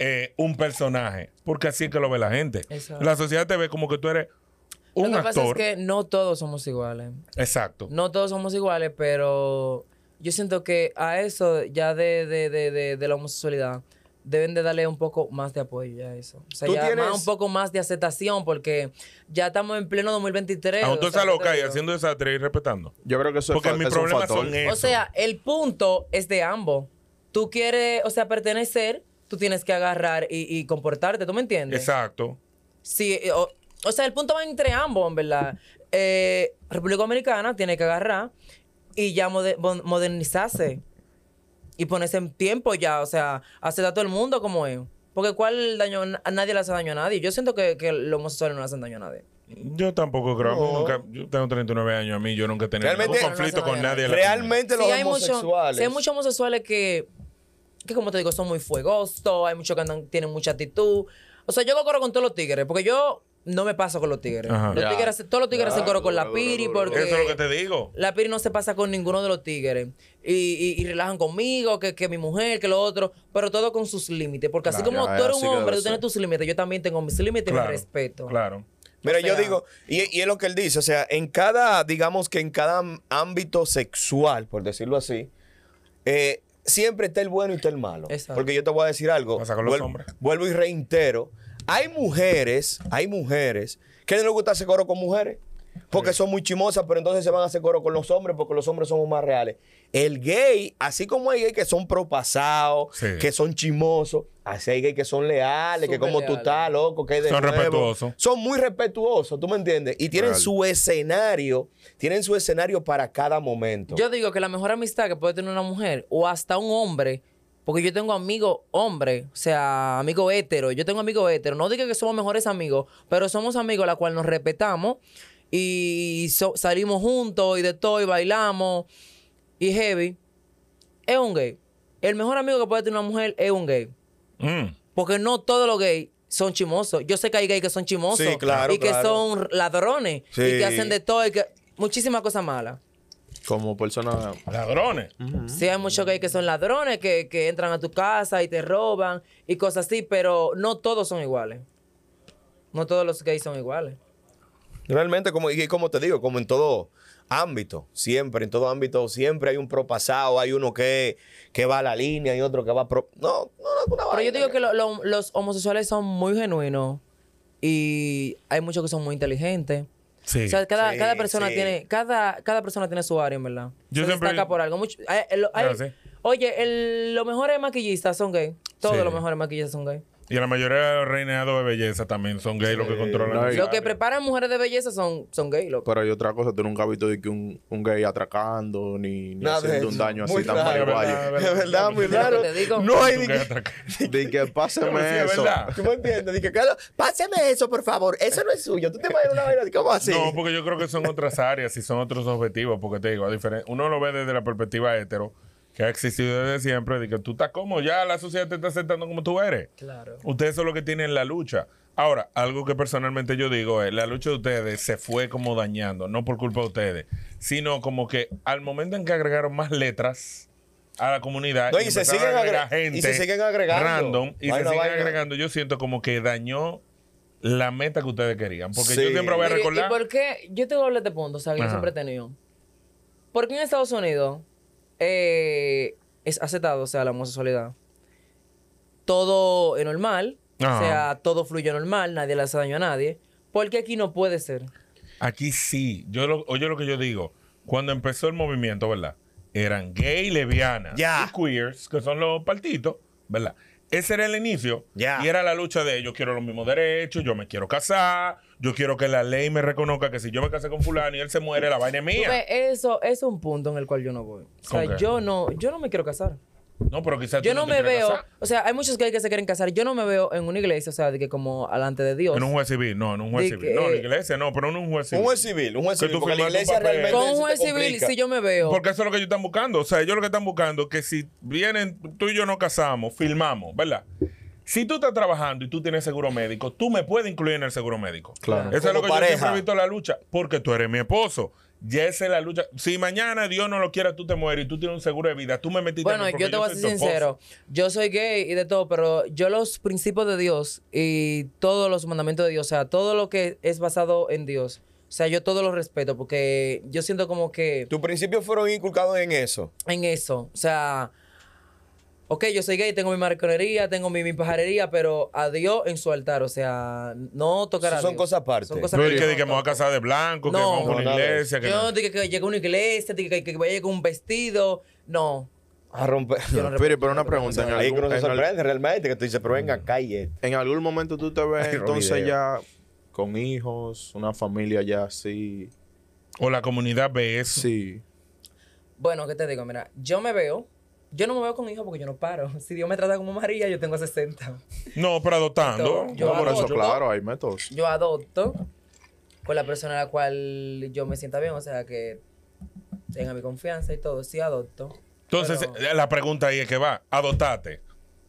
B: eh, un personaje. Porque así es que lo ve la gente.
A: Exacto.
B: La sociedad te ve como que tú eres
A: Lo
B: un
A: que pasa es
B: actor.
A: que no todos somos iguales.
B: Exacto.
A: No todos somos iguales, pero yo siento que a eso ya de, de, de, de, de la homosexualidad deben de darle un poco más de apoyo ya a eso. O sea,
C: Tú
A: ya
C: tienes-
A: más un poco más de aceptación porque ya estamos en pleno 2023.
B: Aunque tú
A: o sea,
B: estás
A: ¿qué te
B: loca y
A: digo?
B: haciendo desastre y respetando.
D: Yo creo que eso es
B: Porque
D: fa-
B: mis
D: es un
B: problemas
D: factor.
B: son eso.
A: O sea, el punto es de ambos. Tú quieres, o sea, pertenecer, tú tienes que agarrar y, y comportarte, ¿tú me entiendes?
B: Exacto.
A: Sí, eh, o, o sea, el punto va entre ambos, en verdad. Eh, República Dominicana tiene que agarrar y ya mode- mon- modernizarse. Y ponerse en tiempo ya, o sea, hacer a todo el mundo como es. Porque cuál daño, a nadie le hace daño a nadie. Yo siento que, que los homosexuales no le hacen daño a nadie.
B: Yo tampoco creo. a mí
C: No.
B: nunca- yo tengo 39 años. A mí yo nunca he tenido
C: Realmente-
B: ningún conflicto con nadie. de la comunidad.
C: Realmente los
A: hay mucho-
C: homosexuales.
A: sí, hay muchos homosexuales que, que, como te digo, son muy fuegosos, hay muchos que andan- tienen mucha actitud. O sea, yo corro con todos los tigres, porque yo no me paso con los tigres.
B: Ajá.
A: Los
D: Ya.
A: tigres se- todos los tigres
D: Ya,
A: se corro con la
D: duro, duro,
A: piri,
D: duro.
A: porque
B: Eso es lo que te digo.
A: la piri no se pasa con ninguno de los tigres. Y, y- y relajan conmigo, que, que mi mujer, que lo otro, pero todo con sus límites. Porque así
B: Claro,
A: como
D: ya,
A: tú eres
D: así
A: un
D: que debe
A: hombre, tú
D: ser.
A: tienes tus límites, yo también tengo mis límites y
B: Claro.
A: mi respeto.
B: Claro.
C: Mira,
A: O
C: yo
A: sea-
C: digo, y, y es lo que él dice, o sea, en cada, digamos que en cada am- ámbito sexual, por decirlo así, eh, siempre está el bueno y está el malo.
A: Exacto.
C: Porque yo te voy a decir algo,
B: Pasa con los
C: vuel-
B: hombres.
C: vuelvo y reitero, hay mujeres, hay mujeres que no les gusta hacer coro con mujeres. Porque son muy chimosas, pero entonces se van a hacer coro con los hombres porque los hombres somos más reales. El gay, así como hay gay que son propasados,
B: Sí.
C: que son chimosos, así hay gay que son leales, que
A: Súper
C: como tú
A: leales.
C: estás, loco, que de
B: Son
C: nuevo.
B: respetuosos.
C: Son muy respetuosos, ¿tú me entiendes? Y tienen
D: Real.
C: su escenario, tienen su escenario para cada momento.
A: Yo digo que la mejor amistad que puede tener una mujer o hasta un hombre, porque yo tengo amigos hombres, o sea, amigos héteros, yo tengo amigos héteros, no digo que somos mejores amigos, pero somos amigos la cual nos respetamos y so- salimos juntos y de todo y bailamos y heavy. Es un gay. El mejor amigo que puede tener una mujer es un gay.
B: Mm.
A: Porque no todos los gays son chimosos. Yo sé que hay gays que son chimosos.
C: Sí, claro,
A: Y que
C: claro.
A: son ladrones.
C: Sí.
A: Y que hacen de todo. Y que... Muchísimas cosas malas.
D: Como persona.
B: Ladrones.
C: Mm.
A: Sí, hay muchos gays que son ladrones, que, que entran a tu casa y te roban y cosas así, pero no todos son iguales. No todos los gays son iguales.
C: Realmente, como, y como te digo, como en todo ámbito, siempre, en todo ámbito, siempre hay un propasado, hay uno que, que va a la línea, hay otro que va pro... No, no, no, una
A: Pero yo
C: vaina.
A: digo que lo- lo- los homosexuales son muy genuinos y hay muchos que son muy inteligentes.
B: Sí.
A: O sea, cada,
C: Sí,
A: cada persona
C: sí.
A: tiene cada, cada persona tiene su área, en verdad.
B: Yo
A: se
B: siempre-
A: destaca por algo. Mucho- hay- hay- hay-
B: Claro, sí.
A: Oye, el- los mejores maquillistas son gays. Todos
B: Sí.
A: los mejores maquillistas son gays.
B: Y la mayoría de los reinados de belleza también son gays los que controlan.
D: No,
B: el
D: y-
A: Los
B: área.
A: que preparan mujeres de belleza son, son gays, loco.
D: Pero hay otra cosa, tú nunca has visto de que un, un gay atracando ni, ni
C: Nada de
D: haciendo un
C: eso.
D: daño
C: Muy
D: así tan
C: raro,
B: ¿verdad?
D: paraguayo.
C: Es verdad, muy
A: Mira lo
C: raro.
A: que te digo.
C: No hay...
B: Tú
C: ni-
B: que atacas.
D: De que
B: Pero sí,
D: páseme
B: es
D: eso.
B: verdad.
C: ¿Tú me entiendes? Dije, Carlos, páseme eso, por favor. Eso no es suyo. ¿Tú te imaginas una vaina? ¿Cómo así?
B: No, porque yo creo que son otras áreas y son otros objetivos, porque te digo, a diferen- uno lo ve desde la perspectiva hetero, que ha existido desde siempre, de que tú estás como, ya la sociedad te está aceptando como tú eres.
A: Claro.
B: Ustedes son los que tienen la lucha. Ahora, algo que personalmente yo digo es, la lucha de ustedes se fue como dañando, no por culpa de ustedes, sino como que al momento en que agregaron más letras a la comunidad
C: No, y se
B: empezaron a
C: siguen agre-
B: agregar
C: y se siguen agregando.
B: random y
C: Vaina,
B: se siguen
C: vaina.
B: agregando, yo siento como que dañó la meta que ustedes querían. Porque
D: Sí.
B: yo siempre voy a
A: Mire,
B: recordar.
A: ¿Y por qué? Yo te voy a hablar de este punto, ¿sabes? Yo
B: Ajá.
A: siempre he tenido. ¿Por qué en Estados Unidos eh, es aceptado, o sea, la homosexualidad? Todo es normal,
B: Ajá.
A: o sea, todo fluye normal, nadie le hace daño a nadie. ¿Por qué aquí no puede ser?
B: Aquí sí. Yo lo, oye lo que yo digo. Cuando empezó el movimiento, ¿verdad? Eran gay, lesbianas
E: Ya.
B: y queers, que son los partitos, ¿verdad? Ese era el inicio.
E: Ya.
B: Y era la lucha de yo quiero los mismos derechos, yo me quiero casar, yo quiero que la ley me reconozca que si yo me casé con fulano y él se muere, la vaina es
A: Tú
B: mía.
A: ves, Eso, eso es un punto en el cual yo no voy. O sea,
B: ¿Con qué?
A: yo no, yo no me quiero casar.
B: No, pero quizás tú
A: Yo no
B: te
A: me
B: quieras
A: veo,
B: casar.
A: o sea, hay muchos gays que se quieren casar. Yo no me veo en una iglesia, o sea, de que como alante de Dios.
B: En un juez civil, no, en un juez
A: De
B: civil. No, en la
A: que-
B: iglesia no, pero en un juez civil.
C: Un juez civil, un juez
B: Que
C: civil.
B: tú
C: Porque la
B: firmaste un
C: iglesia
B: papel.
C: realmente.
A: Con
C: se
A: un
C: te
A: juez civil,
C: complica.
A: si yo me veo.
B: Porque eso es lo que ellos están buscando. O sea, ellos lo que están buscando que si vienen, tú y yo nos casamos, filmamos, ¿verdad? Si tú estás trabajando y tú tienes seguro médico, tú me puedes incluir en el seguro médico.
D: Claro.
B: Eso es
C: Como
B: lo que
C: pareja.
B: yo siempre he visto en la lucha, porque tú eres mi esposo. Ya esa es la lucha. Si mañana Dios no lo quiera, tú te mueres y tú tienes un seguro de vida, tú me metiste a
A: Bueno,
B: mí porque
A: yo te voy a
B: soy
A: ser
B: tu esposo.
A: sincero. Yo soy gay y de todo, pero yo los principios de Dios y todos los mandamientos de Dios, o sea, todo lo que es basado en Dios, o sea, yo todo lo respeto porque yo siento como que
C: Tus principios fueron inculcados en eso.
A: en eso, o sea, ok, yo soy gay, tengo mi marconería, tengo mi, mi pajarería, pero a Dios en su altar, o sea, no tocar a
C: Eso son
A: Dios.
C: cosas aparte.
B: No es
A: yo
B: que
A: no
B: diga que me voy a
A: toco.
B: casar de blanco, que
A: No.
B: vamos a
C: No,
B: una
C: nada de eso.
B: iglesia. Que
A: Yo
B: no.
A: no dije que llegue a una iglesia, dije que, que vaya con un vestido, no.
C: A romper.
A: yo no
D: Pero, pero una pregunta. En
C: Ahí que uno
D: algún, Mm.
C: se
D: en al-
C: sorprende realmente, que tú dices, pero venga, calle.
D: en algún momento tú te ves
C: Ay,
D: entonces
C: Rodríguez.
D: ya con hijos, una familia ya así.
B: O la comunidad ve eso.
D: Sí.
A: Bueno, ¿qué te digo? Mira, yo me veo. Yo no me veo con hijos porque yo no paro. Si Dios me trata como María, yo tengo 60.
B: No, pero adoptando.
A: Yo
D: no, por eso,
A: adopto.
D: claro, hay métodos.
A: Yo adopto con la persona a la cual yo me sienta bien, o sea, que tenga mi confianza y todo. Sí, adopto.
B: Entonces,
A: Pero-
B: eh, la pregunta ahí es que va, adoptate.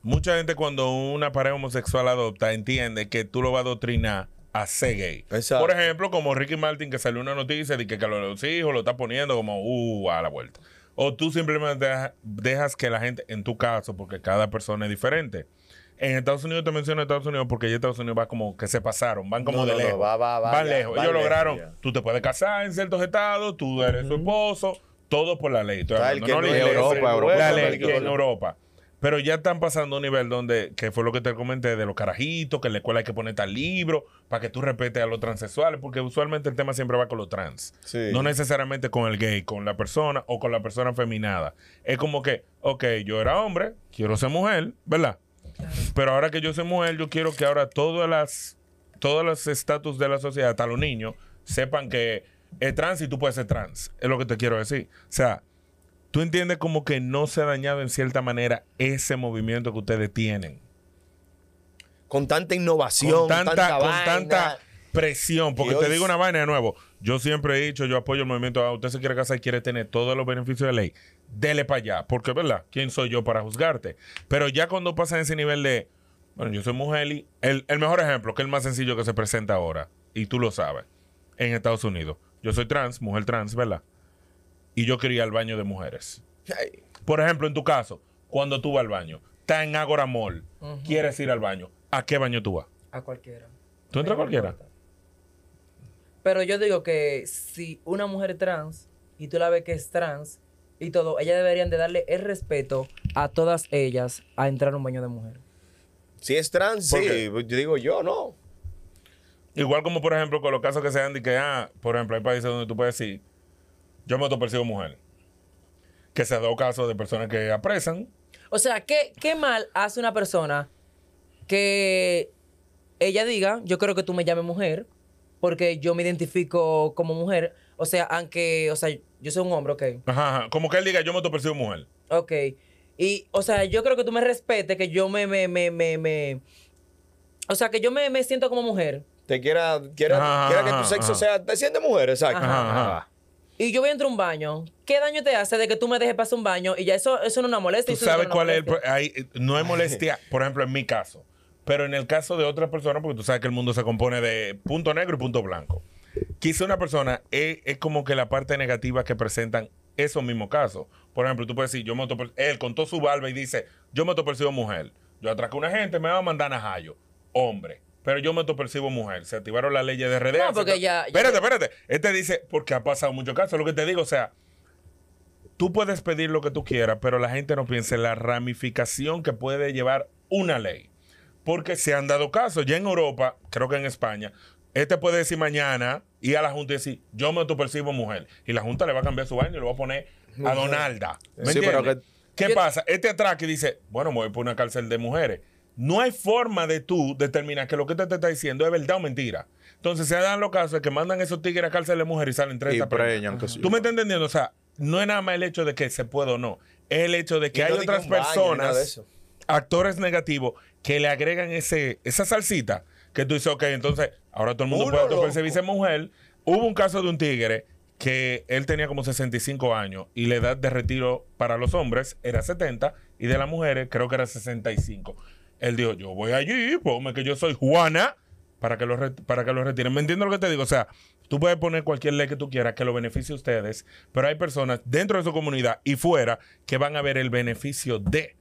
B: Mucha gente cuando una pareja homosexual adopta entiende que tú lo vas a adoctrinar a ser gay.
C: Exacto.
B: Por ejemplo, como Ricky Martin que salió una noticia de que, que los hijos lo está poniendo como uh, a la vuelta. O tú simplemente deja- dejas que la gente, en tu caso, porque cada persona es diferente. En Estados Unidos te menciono Estados Unidos porque ya Estados Unidos va como que se pasaron, van como
C: No,
B: de
C: no, no,
B: lejos.
C: va, va, va,
B: van
C: ya,
B: lejos.
C: va
B: Ellos
C: lejos,
B: lograron,
C: ya.
B: tú te puedes casar en ciertos estados, tú eres su esposo, todo por la ley. Estoy
C: Tal
B: hablando,
C: que
B: no la
C: no es
B: iglesia,
D: Europa, Europa,
B: la ley
C: América,
B: que en
C: Europa.
B: Europa. Pero ya están pasando a un nivel donde, que fue lo que te comenté, de los carajitos, que en la escuela hay que poner tal libro para que tú respetes a los transexuales, porque usualmente el tema siempre va con los trans.
C: Sí.
B: No necesariamente con el gay, con la persona o con la persona feminada. Es como que, ok, yo era hombre, quiero ser mujer, ¿verdad? Pero ahora que yo soy mujer, yo quiero que ahora todas las todos los estatus de la sociedad, hasta los niños, sepan que es trans y tú puedes ser trans. Es lo que te quiero decir. O sea, tú entiendes como que no se ha dañado en cierta manera ese movimiento que ustedes tienen.
C: Con tanta innovación,
B: Con tanta, con
C: vaina.
B: tanta presión. Porque
C: Y
B: te
C: hoy-
B: digo una vaina de nuevo. Yo siempre he dicho, yo apoyo el movimiento. Ah, usted se quiere casar y quiere tener todos los beneficios de la ley. Dele para allá. Porque, ¿verdad? ¿Quién soy yo para juzgarte? Pero ya cuando pasa ese nivel de. Bueno, yo soy mujer y. El, el mejor ejemplo, que es el más sencillo que se presenta ahora. Y tú lo sabes. En Estados Unidos. Yo soy trans, mujer trans, ¿verdad? Y yo quería ir al baño de mujeres.
C: Ay,
B: Por ejemplo, en tu caso, cuando tú vas al baño, estás en Agora Mall, quieres ir al baño, ¿a qué baño tú vas?
A: A cualquiera.
B: ¿Tú entras a cualquiera?
A: Pero yo digo que si una mujer trans y tú la ves que es trans y todo, ellas deberían de darle el respeto a todas ellas a entrar a un baño de mujer.
C: Si es trans,
B: ¿Por
C: sí. pues
B: qué?
C: Yo digo yo, no.
B: Igual como, por ejemplo, con los casos que se dan de que, ah, por ejemplo, hay países donde tú puedes decir, yo me autopercibo mujer. Que se ha dado casos de personas que apresan.
A: O sea, ¿qué, qué mal hace una persona que ella diga, yo creo que tú me llames mujer, porque yo me identifico como mujer? O sea, aunque, o sea, yo soy un hombre, ok.
B: Ajá, ajá. Como que él diga, yo me autopercibo mujer.
A: Ok. Y, o sea, yo creo que tú me respetes, que yo me, me, me, me, me- O sea, que yo me, me siento como mujer.
C: Te quiera, quiera,
B: Ajá,
C: quiera que tu
B: ajá,
C: sexo
B: ajá.
C: sea. Te sientes mujer, exacto.
B: Ajá, ajá.
A: Y yo voy a entrar a un baño. ¿Qué daño te hace de que tú me dejes pasar un baño? Y ya eso, eso no es una molestia.
B: Tú
A: eso no
B: sabes
A: una
B: cuál es el...
A: molestia.
B: pro- ahí, eh, no es molestia, por ejemplo, en mi caso. Pero en el caso de otras personas, porque tú sabes que el mundo se compone de punto negro y punto blanco. Quizá una persona es, es como que la parte negativa que presentan esos mismos casos. Por ejemplo, tú puedes decir, yo me autoper- él contó su barba y dice, yo me autopercibo mujer. Yo atraqué a una gente, me va a mandar a Jayo. Hombre. Pero yo me autopercibo mujer. Se activaron las leyes de RD.
A: No, porque
B: Se-
A: ya- ya-
B: Espérate, espérate. Este dice, porque ha pasado mucho caso. Lo que te digo, o sea, tú puedes pedir lo que tú quieras, pero la gente no piensa en la ramificación que puede llevar una ley. Porque se han dado casos. Ya en Europa, creo que en España, este puede decir mañana, ir a la Junta y decir, yo me autopercibo mujer. Y la Junta le va a cambiar su baño y lo va a poner a Donalda. ¿Me
D: Sí, pero
B: entiendes?
D: que-
B: ¿Qué
A: Yo-
B: pasa? Este atrás que dice, bueno, me voy por una cárcel de mujeres. No hay forma de tú determinar que lo que te, te está diciendo es verdad o mentira. Entonces se dan los casos de que mandan esos tigres a cárcel de mujeres y salen 30
D: Y
B: preñas.
D: preñan, que sí.
B: ¿Tú me estás entendiendo? O sea, no es nada más el hecho de que se puede o no. Es el hecho de que
C: Y no
B: hay
C: diga
B: otras
C: un baño, ni nada de
B: personas,
C: eso.
B: actores negativos, que le agregan ese, esa salsita que tú dices, ok, entonces ahora todo el mundo
C: Uno
B: puede
C: loco.
B: autopercibirse mujer. Hubo un caso de un tigre que él tenía como 65 años y la edad de retiro para los hombres era 70 y de las mujeres creo que era 65. Él dijo, yo voy allí, ponme que yo soy Juana para que lo, re- para que lo retiren. ¿Me entiendes lo que te digo? O sea, tú puedes poner cualquier ley que tú quieras que lo beneficie a ustedes, pero hay personas dentro de su comunidad y fuera que van a ver el beneficio de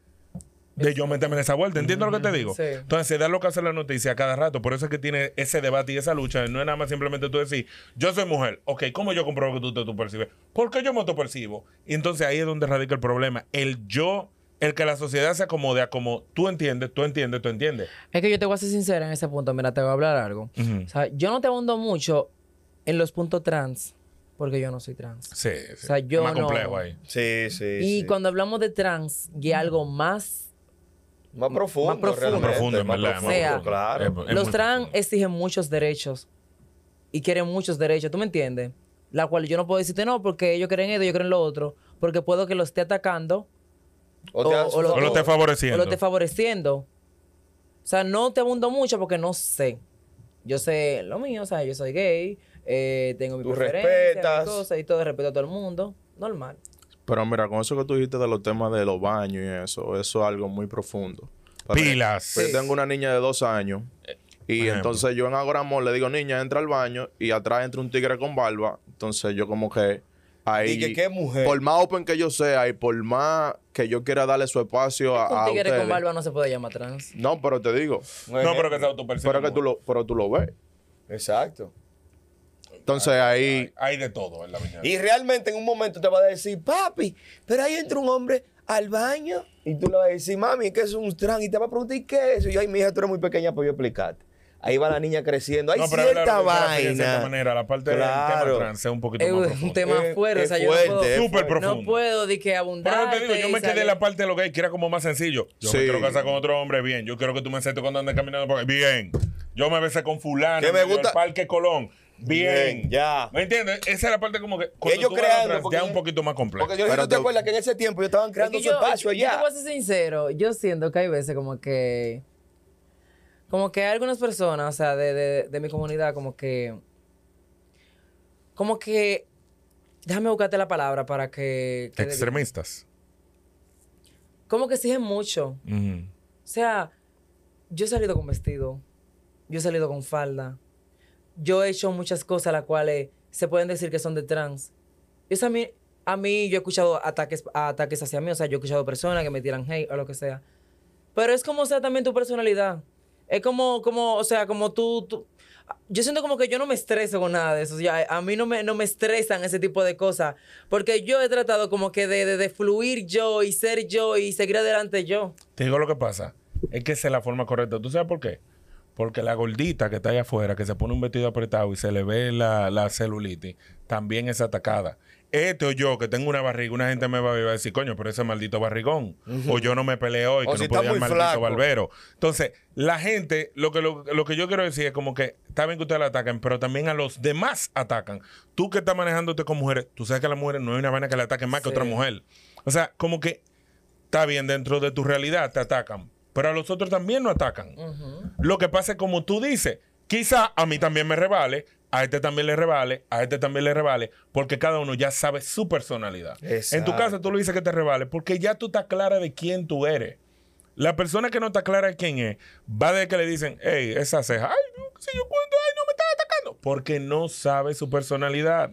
B: de yo meterme en esa vuelta. ¿Entiendes lo que te digo?
A: sí.
B: Entonces se da lo que hace la noticia a cada rato. Por eso es que tiene ese debate y esa lucha. No es nada más simplemente tú decir, yo soy mujer. Ok, ¿cómo yo compruebo que tú te tú percibes? ¿Por qué yo me autopercibo? Y entonces ahí es donde radica el problema. El yo, el que la sociedad se acomode a como tú entiendes, tú entiendes, tú entiendes.
A: Es que yo te voy a ser sincera en ese punto. Mira, te voy a hablar algo. O sea, yo no te hundo mucho en los puntos trans, porque yo no soy trans.
B: Sí, sí.
A: sea, yo
B: Es más
A: no-
B: complejo ahí.
C: Sí, sí.
A: y
C: sí.
A: cuando hablamos de trans, que es algo más.
C: Más profundo.
A: más profundo.
C: realmente,
B: Profundo, en
C: más
B: verdad,
C: profundo,
A: más profundo.
C: claro.
B: Es- es
A: los
B: muy
A: trans
B: profundo.
A: exigen muchos derechos y quieren muchos derechos, ¿tú me entiendes? La cual yo no puedo decirte no, porque ellos quieren esto, ellos quieren lo otro, porque puedo que lo esté atacando
C: O te
A: o-
C: dan su
A: o lo-
B: O
C: favor.
B: lo esté favoreciendo.
A: o lo esté favoreciendo. O sea, no te abundo mucho porque no sé. Yo sé lo mío, o sea, yo soy gay, eh, tengo mi
C: Tú
A: preferencia,
C: respetas.
A: mi cosa y todo, respeto a todo el mundo, normal.
D: Pero mira, con eso que tú dijiste de los temas de los baños y eso, eso es algo muy profundo. Para-
B: Pilas.
D: Pues Yo tengo una niña de dos años. Y
B: Ejemplo.
D: entonces yo en Agoramor le digo, niña, entra al baño. Y atrás entra un tigre con barba. Entonces yo como que... Ahí,
C: Y que qué mujer.
D: Por más open que yo sea y por más que yo quiera darle su espacio a,
A: Un
D: a
A: tigre
D: ustedes.
A: con barba no se puede llamar trans.
D: No, pero te digo.
B: No, pero que se autopercibe.
D: Pero, que tú lo, pero tú lo ves.
C: Exacto.
D: Entonces ahí...
B: Hay de todo en la mañana.
C: Y realmente en un momento te va a decir, papi, pero ahí entra un hombre al baño. Y tú le vas a decir, mami, ¿qué es un trans? Y te va a preguntar, ¿y qué es eso? Y yo, ay, mi hija, tú eres muy pequeña para yo explicarte. Ahí va la niña creciendo. Hay
B: No, pero
C: cierta
B: hablar de terapia De cierta
C: vaina.
B: manera, la parte del tema
C: Claro.
B: trans es un poquito
A: Es
B: más
A: un
B: profundo.
A: tema
C: Es-
A: fuerte, o sea,
C: es
A: yo no
C: Eh, fuerte,
A: puedo,
C: es
B: Súper profundo.
A: no puedo de que abundar.
B: Pero te digo, yo me quedé en la parte de lo gay, que era como más sencillo. Yo me
D: Sí.
B: quiero casar con otro hombre, bien. Yo quiero que tú me aceptes cuando andes caminando por ahí, bien. Yo me besé con fulano
C: Que me
B: en medio
C: gusta-
B: del Parque Colón, bien.
C: Bien, ya.
B: ¿Me entiendes? Esa es la parte como que cuando
C: Ellos
B: tú vas
C: creando.
B: atrás,
C: porque
B: ya es
C: yo-
B: un poquito más complejo.
C: Porque yo
D: Pero
C: no te
D: te-
C: acuerdas que en ese tiempo yo estaban
A: Es
C: creando
A: que
C: su
A: yo,
C: espacio
A: yo te
C: allá.
A: voy a ser sincero, yo siento que hay veces como que. Como que hay algunas personas, o sea, de, de- de mi comunidad, como que. Como que. Déjame buscarte la palabra para que. quede bien.
B: Extremistas.
A: Como que exigen mucho.
B: Ujú.
A: O sea, yo he salido con vestido, yo he salido con falda, yo he hecho muchas cosas las cuales se pueden decir que son de trans. Eso a mí, a mí yo he escuchado ataques, ataques hacia mí, o sea, yo he escuchado personas que me tiran hate o lo que sea. Pero es como sea también tu personalidad. Es como, como o sea, como tú, tú- Yo siento como que yo no me estreso con nada de eso. O sea, a mí no me, no me estresan ese tipo de cosas. Porque yo he tratado como que de, de, de fluir yo y ser yo y seguir adelante yo.
B: Te digo lo que pasa. Es que esa es la forma correcta. ¿Tú sabes por qué? Porque la gordita que está allá afuera, que se pone un vestido apretado y se le ve la, la celulitis, también es atacada. Este o yo, que tengo una barriga, una gente me va a ver y va a decir, coño, pero ese maldito barrigón. O yo no me peleé hoy,
C: O si
B: que no
C: está
B: podía
C: muy
B: el maldito
C: flaco.
B: barbero. Entonces, la gente, lo que, lo, lo que yo quiero decir es como que está bien que ustedes la atacan, pero también a los demás atacan. Tú que estás manejándote con mujeres, tú sabes que a las mujeres no hay una vaina que le ataquen más
A: Sí.
B: que otra mujer. O sea, como que está bien, dentro de tu realidad te atacan, pero a los otros también no atacan. Lo que pasa es como tú dices, quizá a mí también me revale, a este también le revale, a este también le revale, porque cada uno ya sabe su personalidad. En tu
C: Exacto.
B: caso tú lo dices que te revale, porque ya tú estás clara de quién tú eres. La persona que no está clara de quién es, va de que le dicen, hey, esa ceja, ay, no, qué sé yo cuánto, ay, no me están atacando, porque no sabe su personalidad.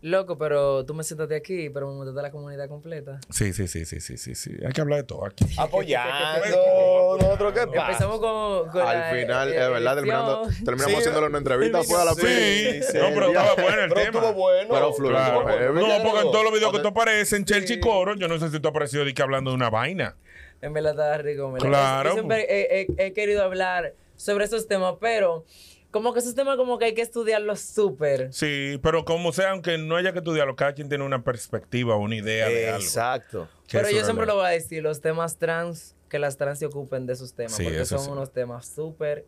A: Loco, pero tú me sentaste aquí, pero me mataste a la comunidad completa.
B: Sí, sí, sí, sí, sí, sí, sí. Hay que hablar de todo aquí.
C: Apoyando. Nosotros qué pasa.
A: Empezamos con, con la,
D: Al final,
A: eh,
D: es verdad, terminando-
A: elección.
D: terminamos
C: Sí.
D: haciéndole una entrevista fuera de la
B: Sí,
D: pista.
B: sí, no, pero estaba bueno el
C: Pero
B: tema.
C: estuvo bueno.
D: Pero fluyó,
B: Claro.
D: Porque es
B: No,
D: verdadero.
B: porque en todos los videos que
D: Cuando-
B: tú apareces en Chelsea Coro, yo no sé si tú apareció de que hablando de una vaina.
A: En verdad estaba rico. en verdad.
B: Claro,
A: Yo siempre he, he- he querido hablar sobre esos temas, pero como que esos temas como que hay que estudiarlos súper.
B: Sí, pero como sea, aunque no haya que estudiarlo, cada quien tiene una perspectiva o una idea de algo.
C: Exacto.
B: Que
A: Pero
B: eso
A: yo
B: es
A: siempre
B: verdad.
A: lo voy a decir, los temas trans, que las trans se ocupen de esos temas,
B: Sí,
A: porque
B: eso
A: son
B: sí.
A: unos temas súper,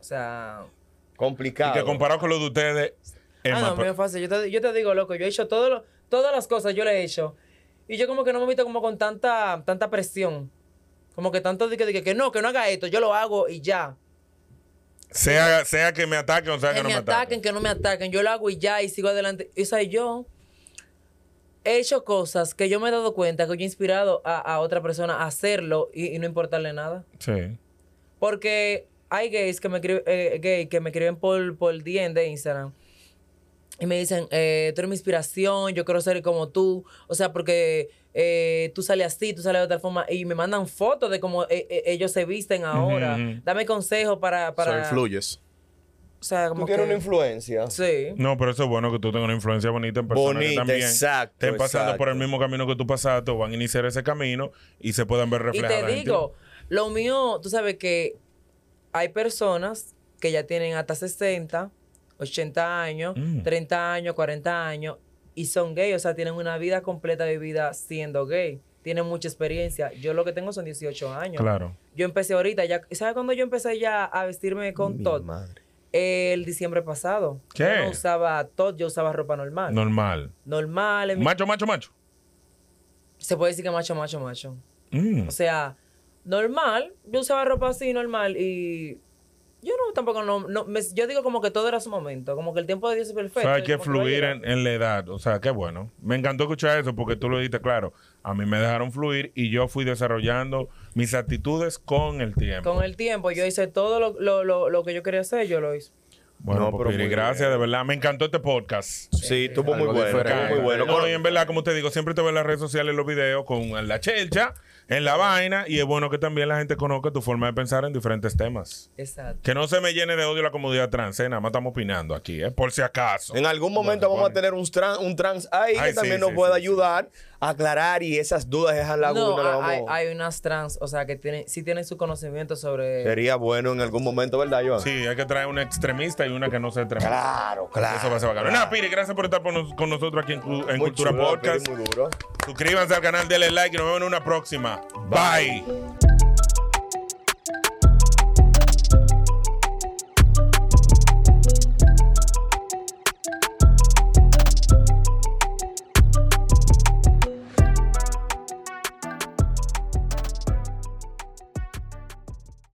A: o sea...
C: Complicado.
B: Y que comparado con lo de ustedes, es
A: ah,
B: más
A: no,
B: pro-
A: mío es fácil. Yo te, yo te digo, loco, yo he hecho todo lo- todas las cosas, yo lo he hecho. Y yo como que no me he visto como con tanta, tanta presión. Como que tanto de que, de que, que no, que no haga esto, yo lo hago y ya.
B: sea, sea que me ataquen o sea que,
A: que
B: no
A: me ataquen, que no me ataquen. Yo lo hago y ya, y sigo adelante. Y, O sea, yo he hecho cosas que yo me he dado cuenta que yo he inspirado a, a otra persona a hacerlo y, y no importarle nada.
B: Sí.
A: Porque hay gays que me escriben, eh, gay que me escriben por, por DM de Instagram. Y me dicen, eh, tú eres mi inspiración, yo quiero ser como tú. O sea, porque eh, tú sales así, tú sales de otra forma. Y me mandan fotos de cómo eh, eh, ellos se visten ahora.
B: Ujú.
A: Dame consejos para...
D: So,
A: para
D: influyes.
A: O sea, como
C: Tú tienes
A: que-
C: una influencia.
A: Sí.
B: No, pero eso es bueno que tú tengas una influencia bonita en personas que
C: Bonita,
B: también
C: exacto,
B: estén pasando por el
C: exacto.
B: mismo camino que tú pasaste o van a iniciar ese camino y se puedan ver
A: Y
B: reflejadas.
A: te
B: en ti.
A: digo, lo mío, tú sabes que hay personas que ya tienen hasta 60, 80 años,
B: Mm.
A: 30 años, 40 años y son gay, o sea, tienen una vida completa vivida siendo gay. Tienen mucha experiencia. Yo lo que tengo son 18 años.
B: Claro.
A: Yo empecé ahorita, ya, ¿sabes cuándo yo empecé ya a vestirme con
C: Mi
A: Todd?
C: madre.
A: El diciembre pasado.
B: ¿Qué?
A: Yo no usaba Todd, yo usaba ropa normal.
B: Normal.
A: Normal, en mi-
B: Macho, macho, macho.
A: se puede decir que macho, macho, macho.
B: Mm.
A: O sea, normal, yo usaba ropa así normal y yo no tampoco no, no, me- yo digo como que todo era su momento, como que el tiempo de Dios es
B: O
A: perfecto.
B: sea, hay
A: y
B: que
A: como va a
B: fluir
A: llegar.
B: en, en la edad. O sea, qué bueno. Me encantó escuchar eso porque tú lo dijiste claro. A mí me dejaron fluir y yo fui desarrollando mis actitudes con el tiempo.
A: Con el tiempo yo hice todo lo, lo, lo, lo que yo quería hacer, yo lo hice.
B: Bueno,
D: No,
B: pues,
D: pero
B: Piri,
D: muy
B: gracias, de verdad. Me encantó este podcast.
C: Sí, estuvo muy
D: Algo
C: bueno.
D: diferente.
C: Estuvo muy bueno.
B: No, y en verdad, como te digo, siempre te veo en las redes sociales los videos con la chelcha, en la vaina, y es bueno que también la gente conozca tu forma de pensar en diferentes temas.
A: Exacto.
B: Que no se me llene de odio la comunidad trans, ¿eh? nada más estamos opinando aquí, ¿eh? por si acaso.
C: En algún momento vamos a tener un trans, un trans ahí
B: Ay,
C: que
B: sí,
C: también nos
B: sí,
C: pueda
B: sí, sí.
C: ayudar a aclarar y esas dudas, esas lagunas.
A: No,
C: las
A: hay,
C: vamos-
A: hay unas trans, o sea, que tienen, sí tienen su conocimiento sobre...
C: Sería bueno en algún momento, ¿verdad, Joan?
B: Sí, hay que traer una extremista y una que no sea extremista.
C: Claro, claro.
B: Eso va a ser bacano. Nada, Piri, gracias por estar por nos- con nosotros aquí en, Cu- en
C: Muy
B: Cultura
C: chulo,
B: Podcast.
C: Piri, Muy duro.
B: Suscríbanse al canal, denle like y nos vemos en una próxima. Bye.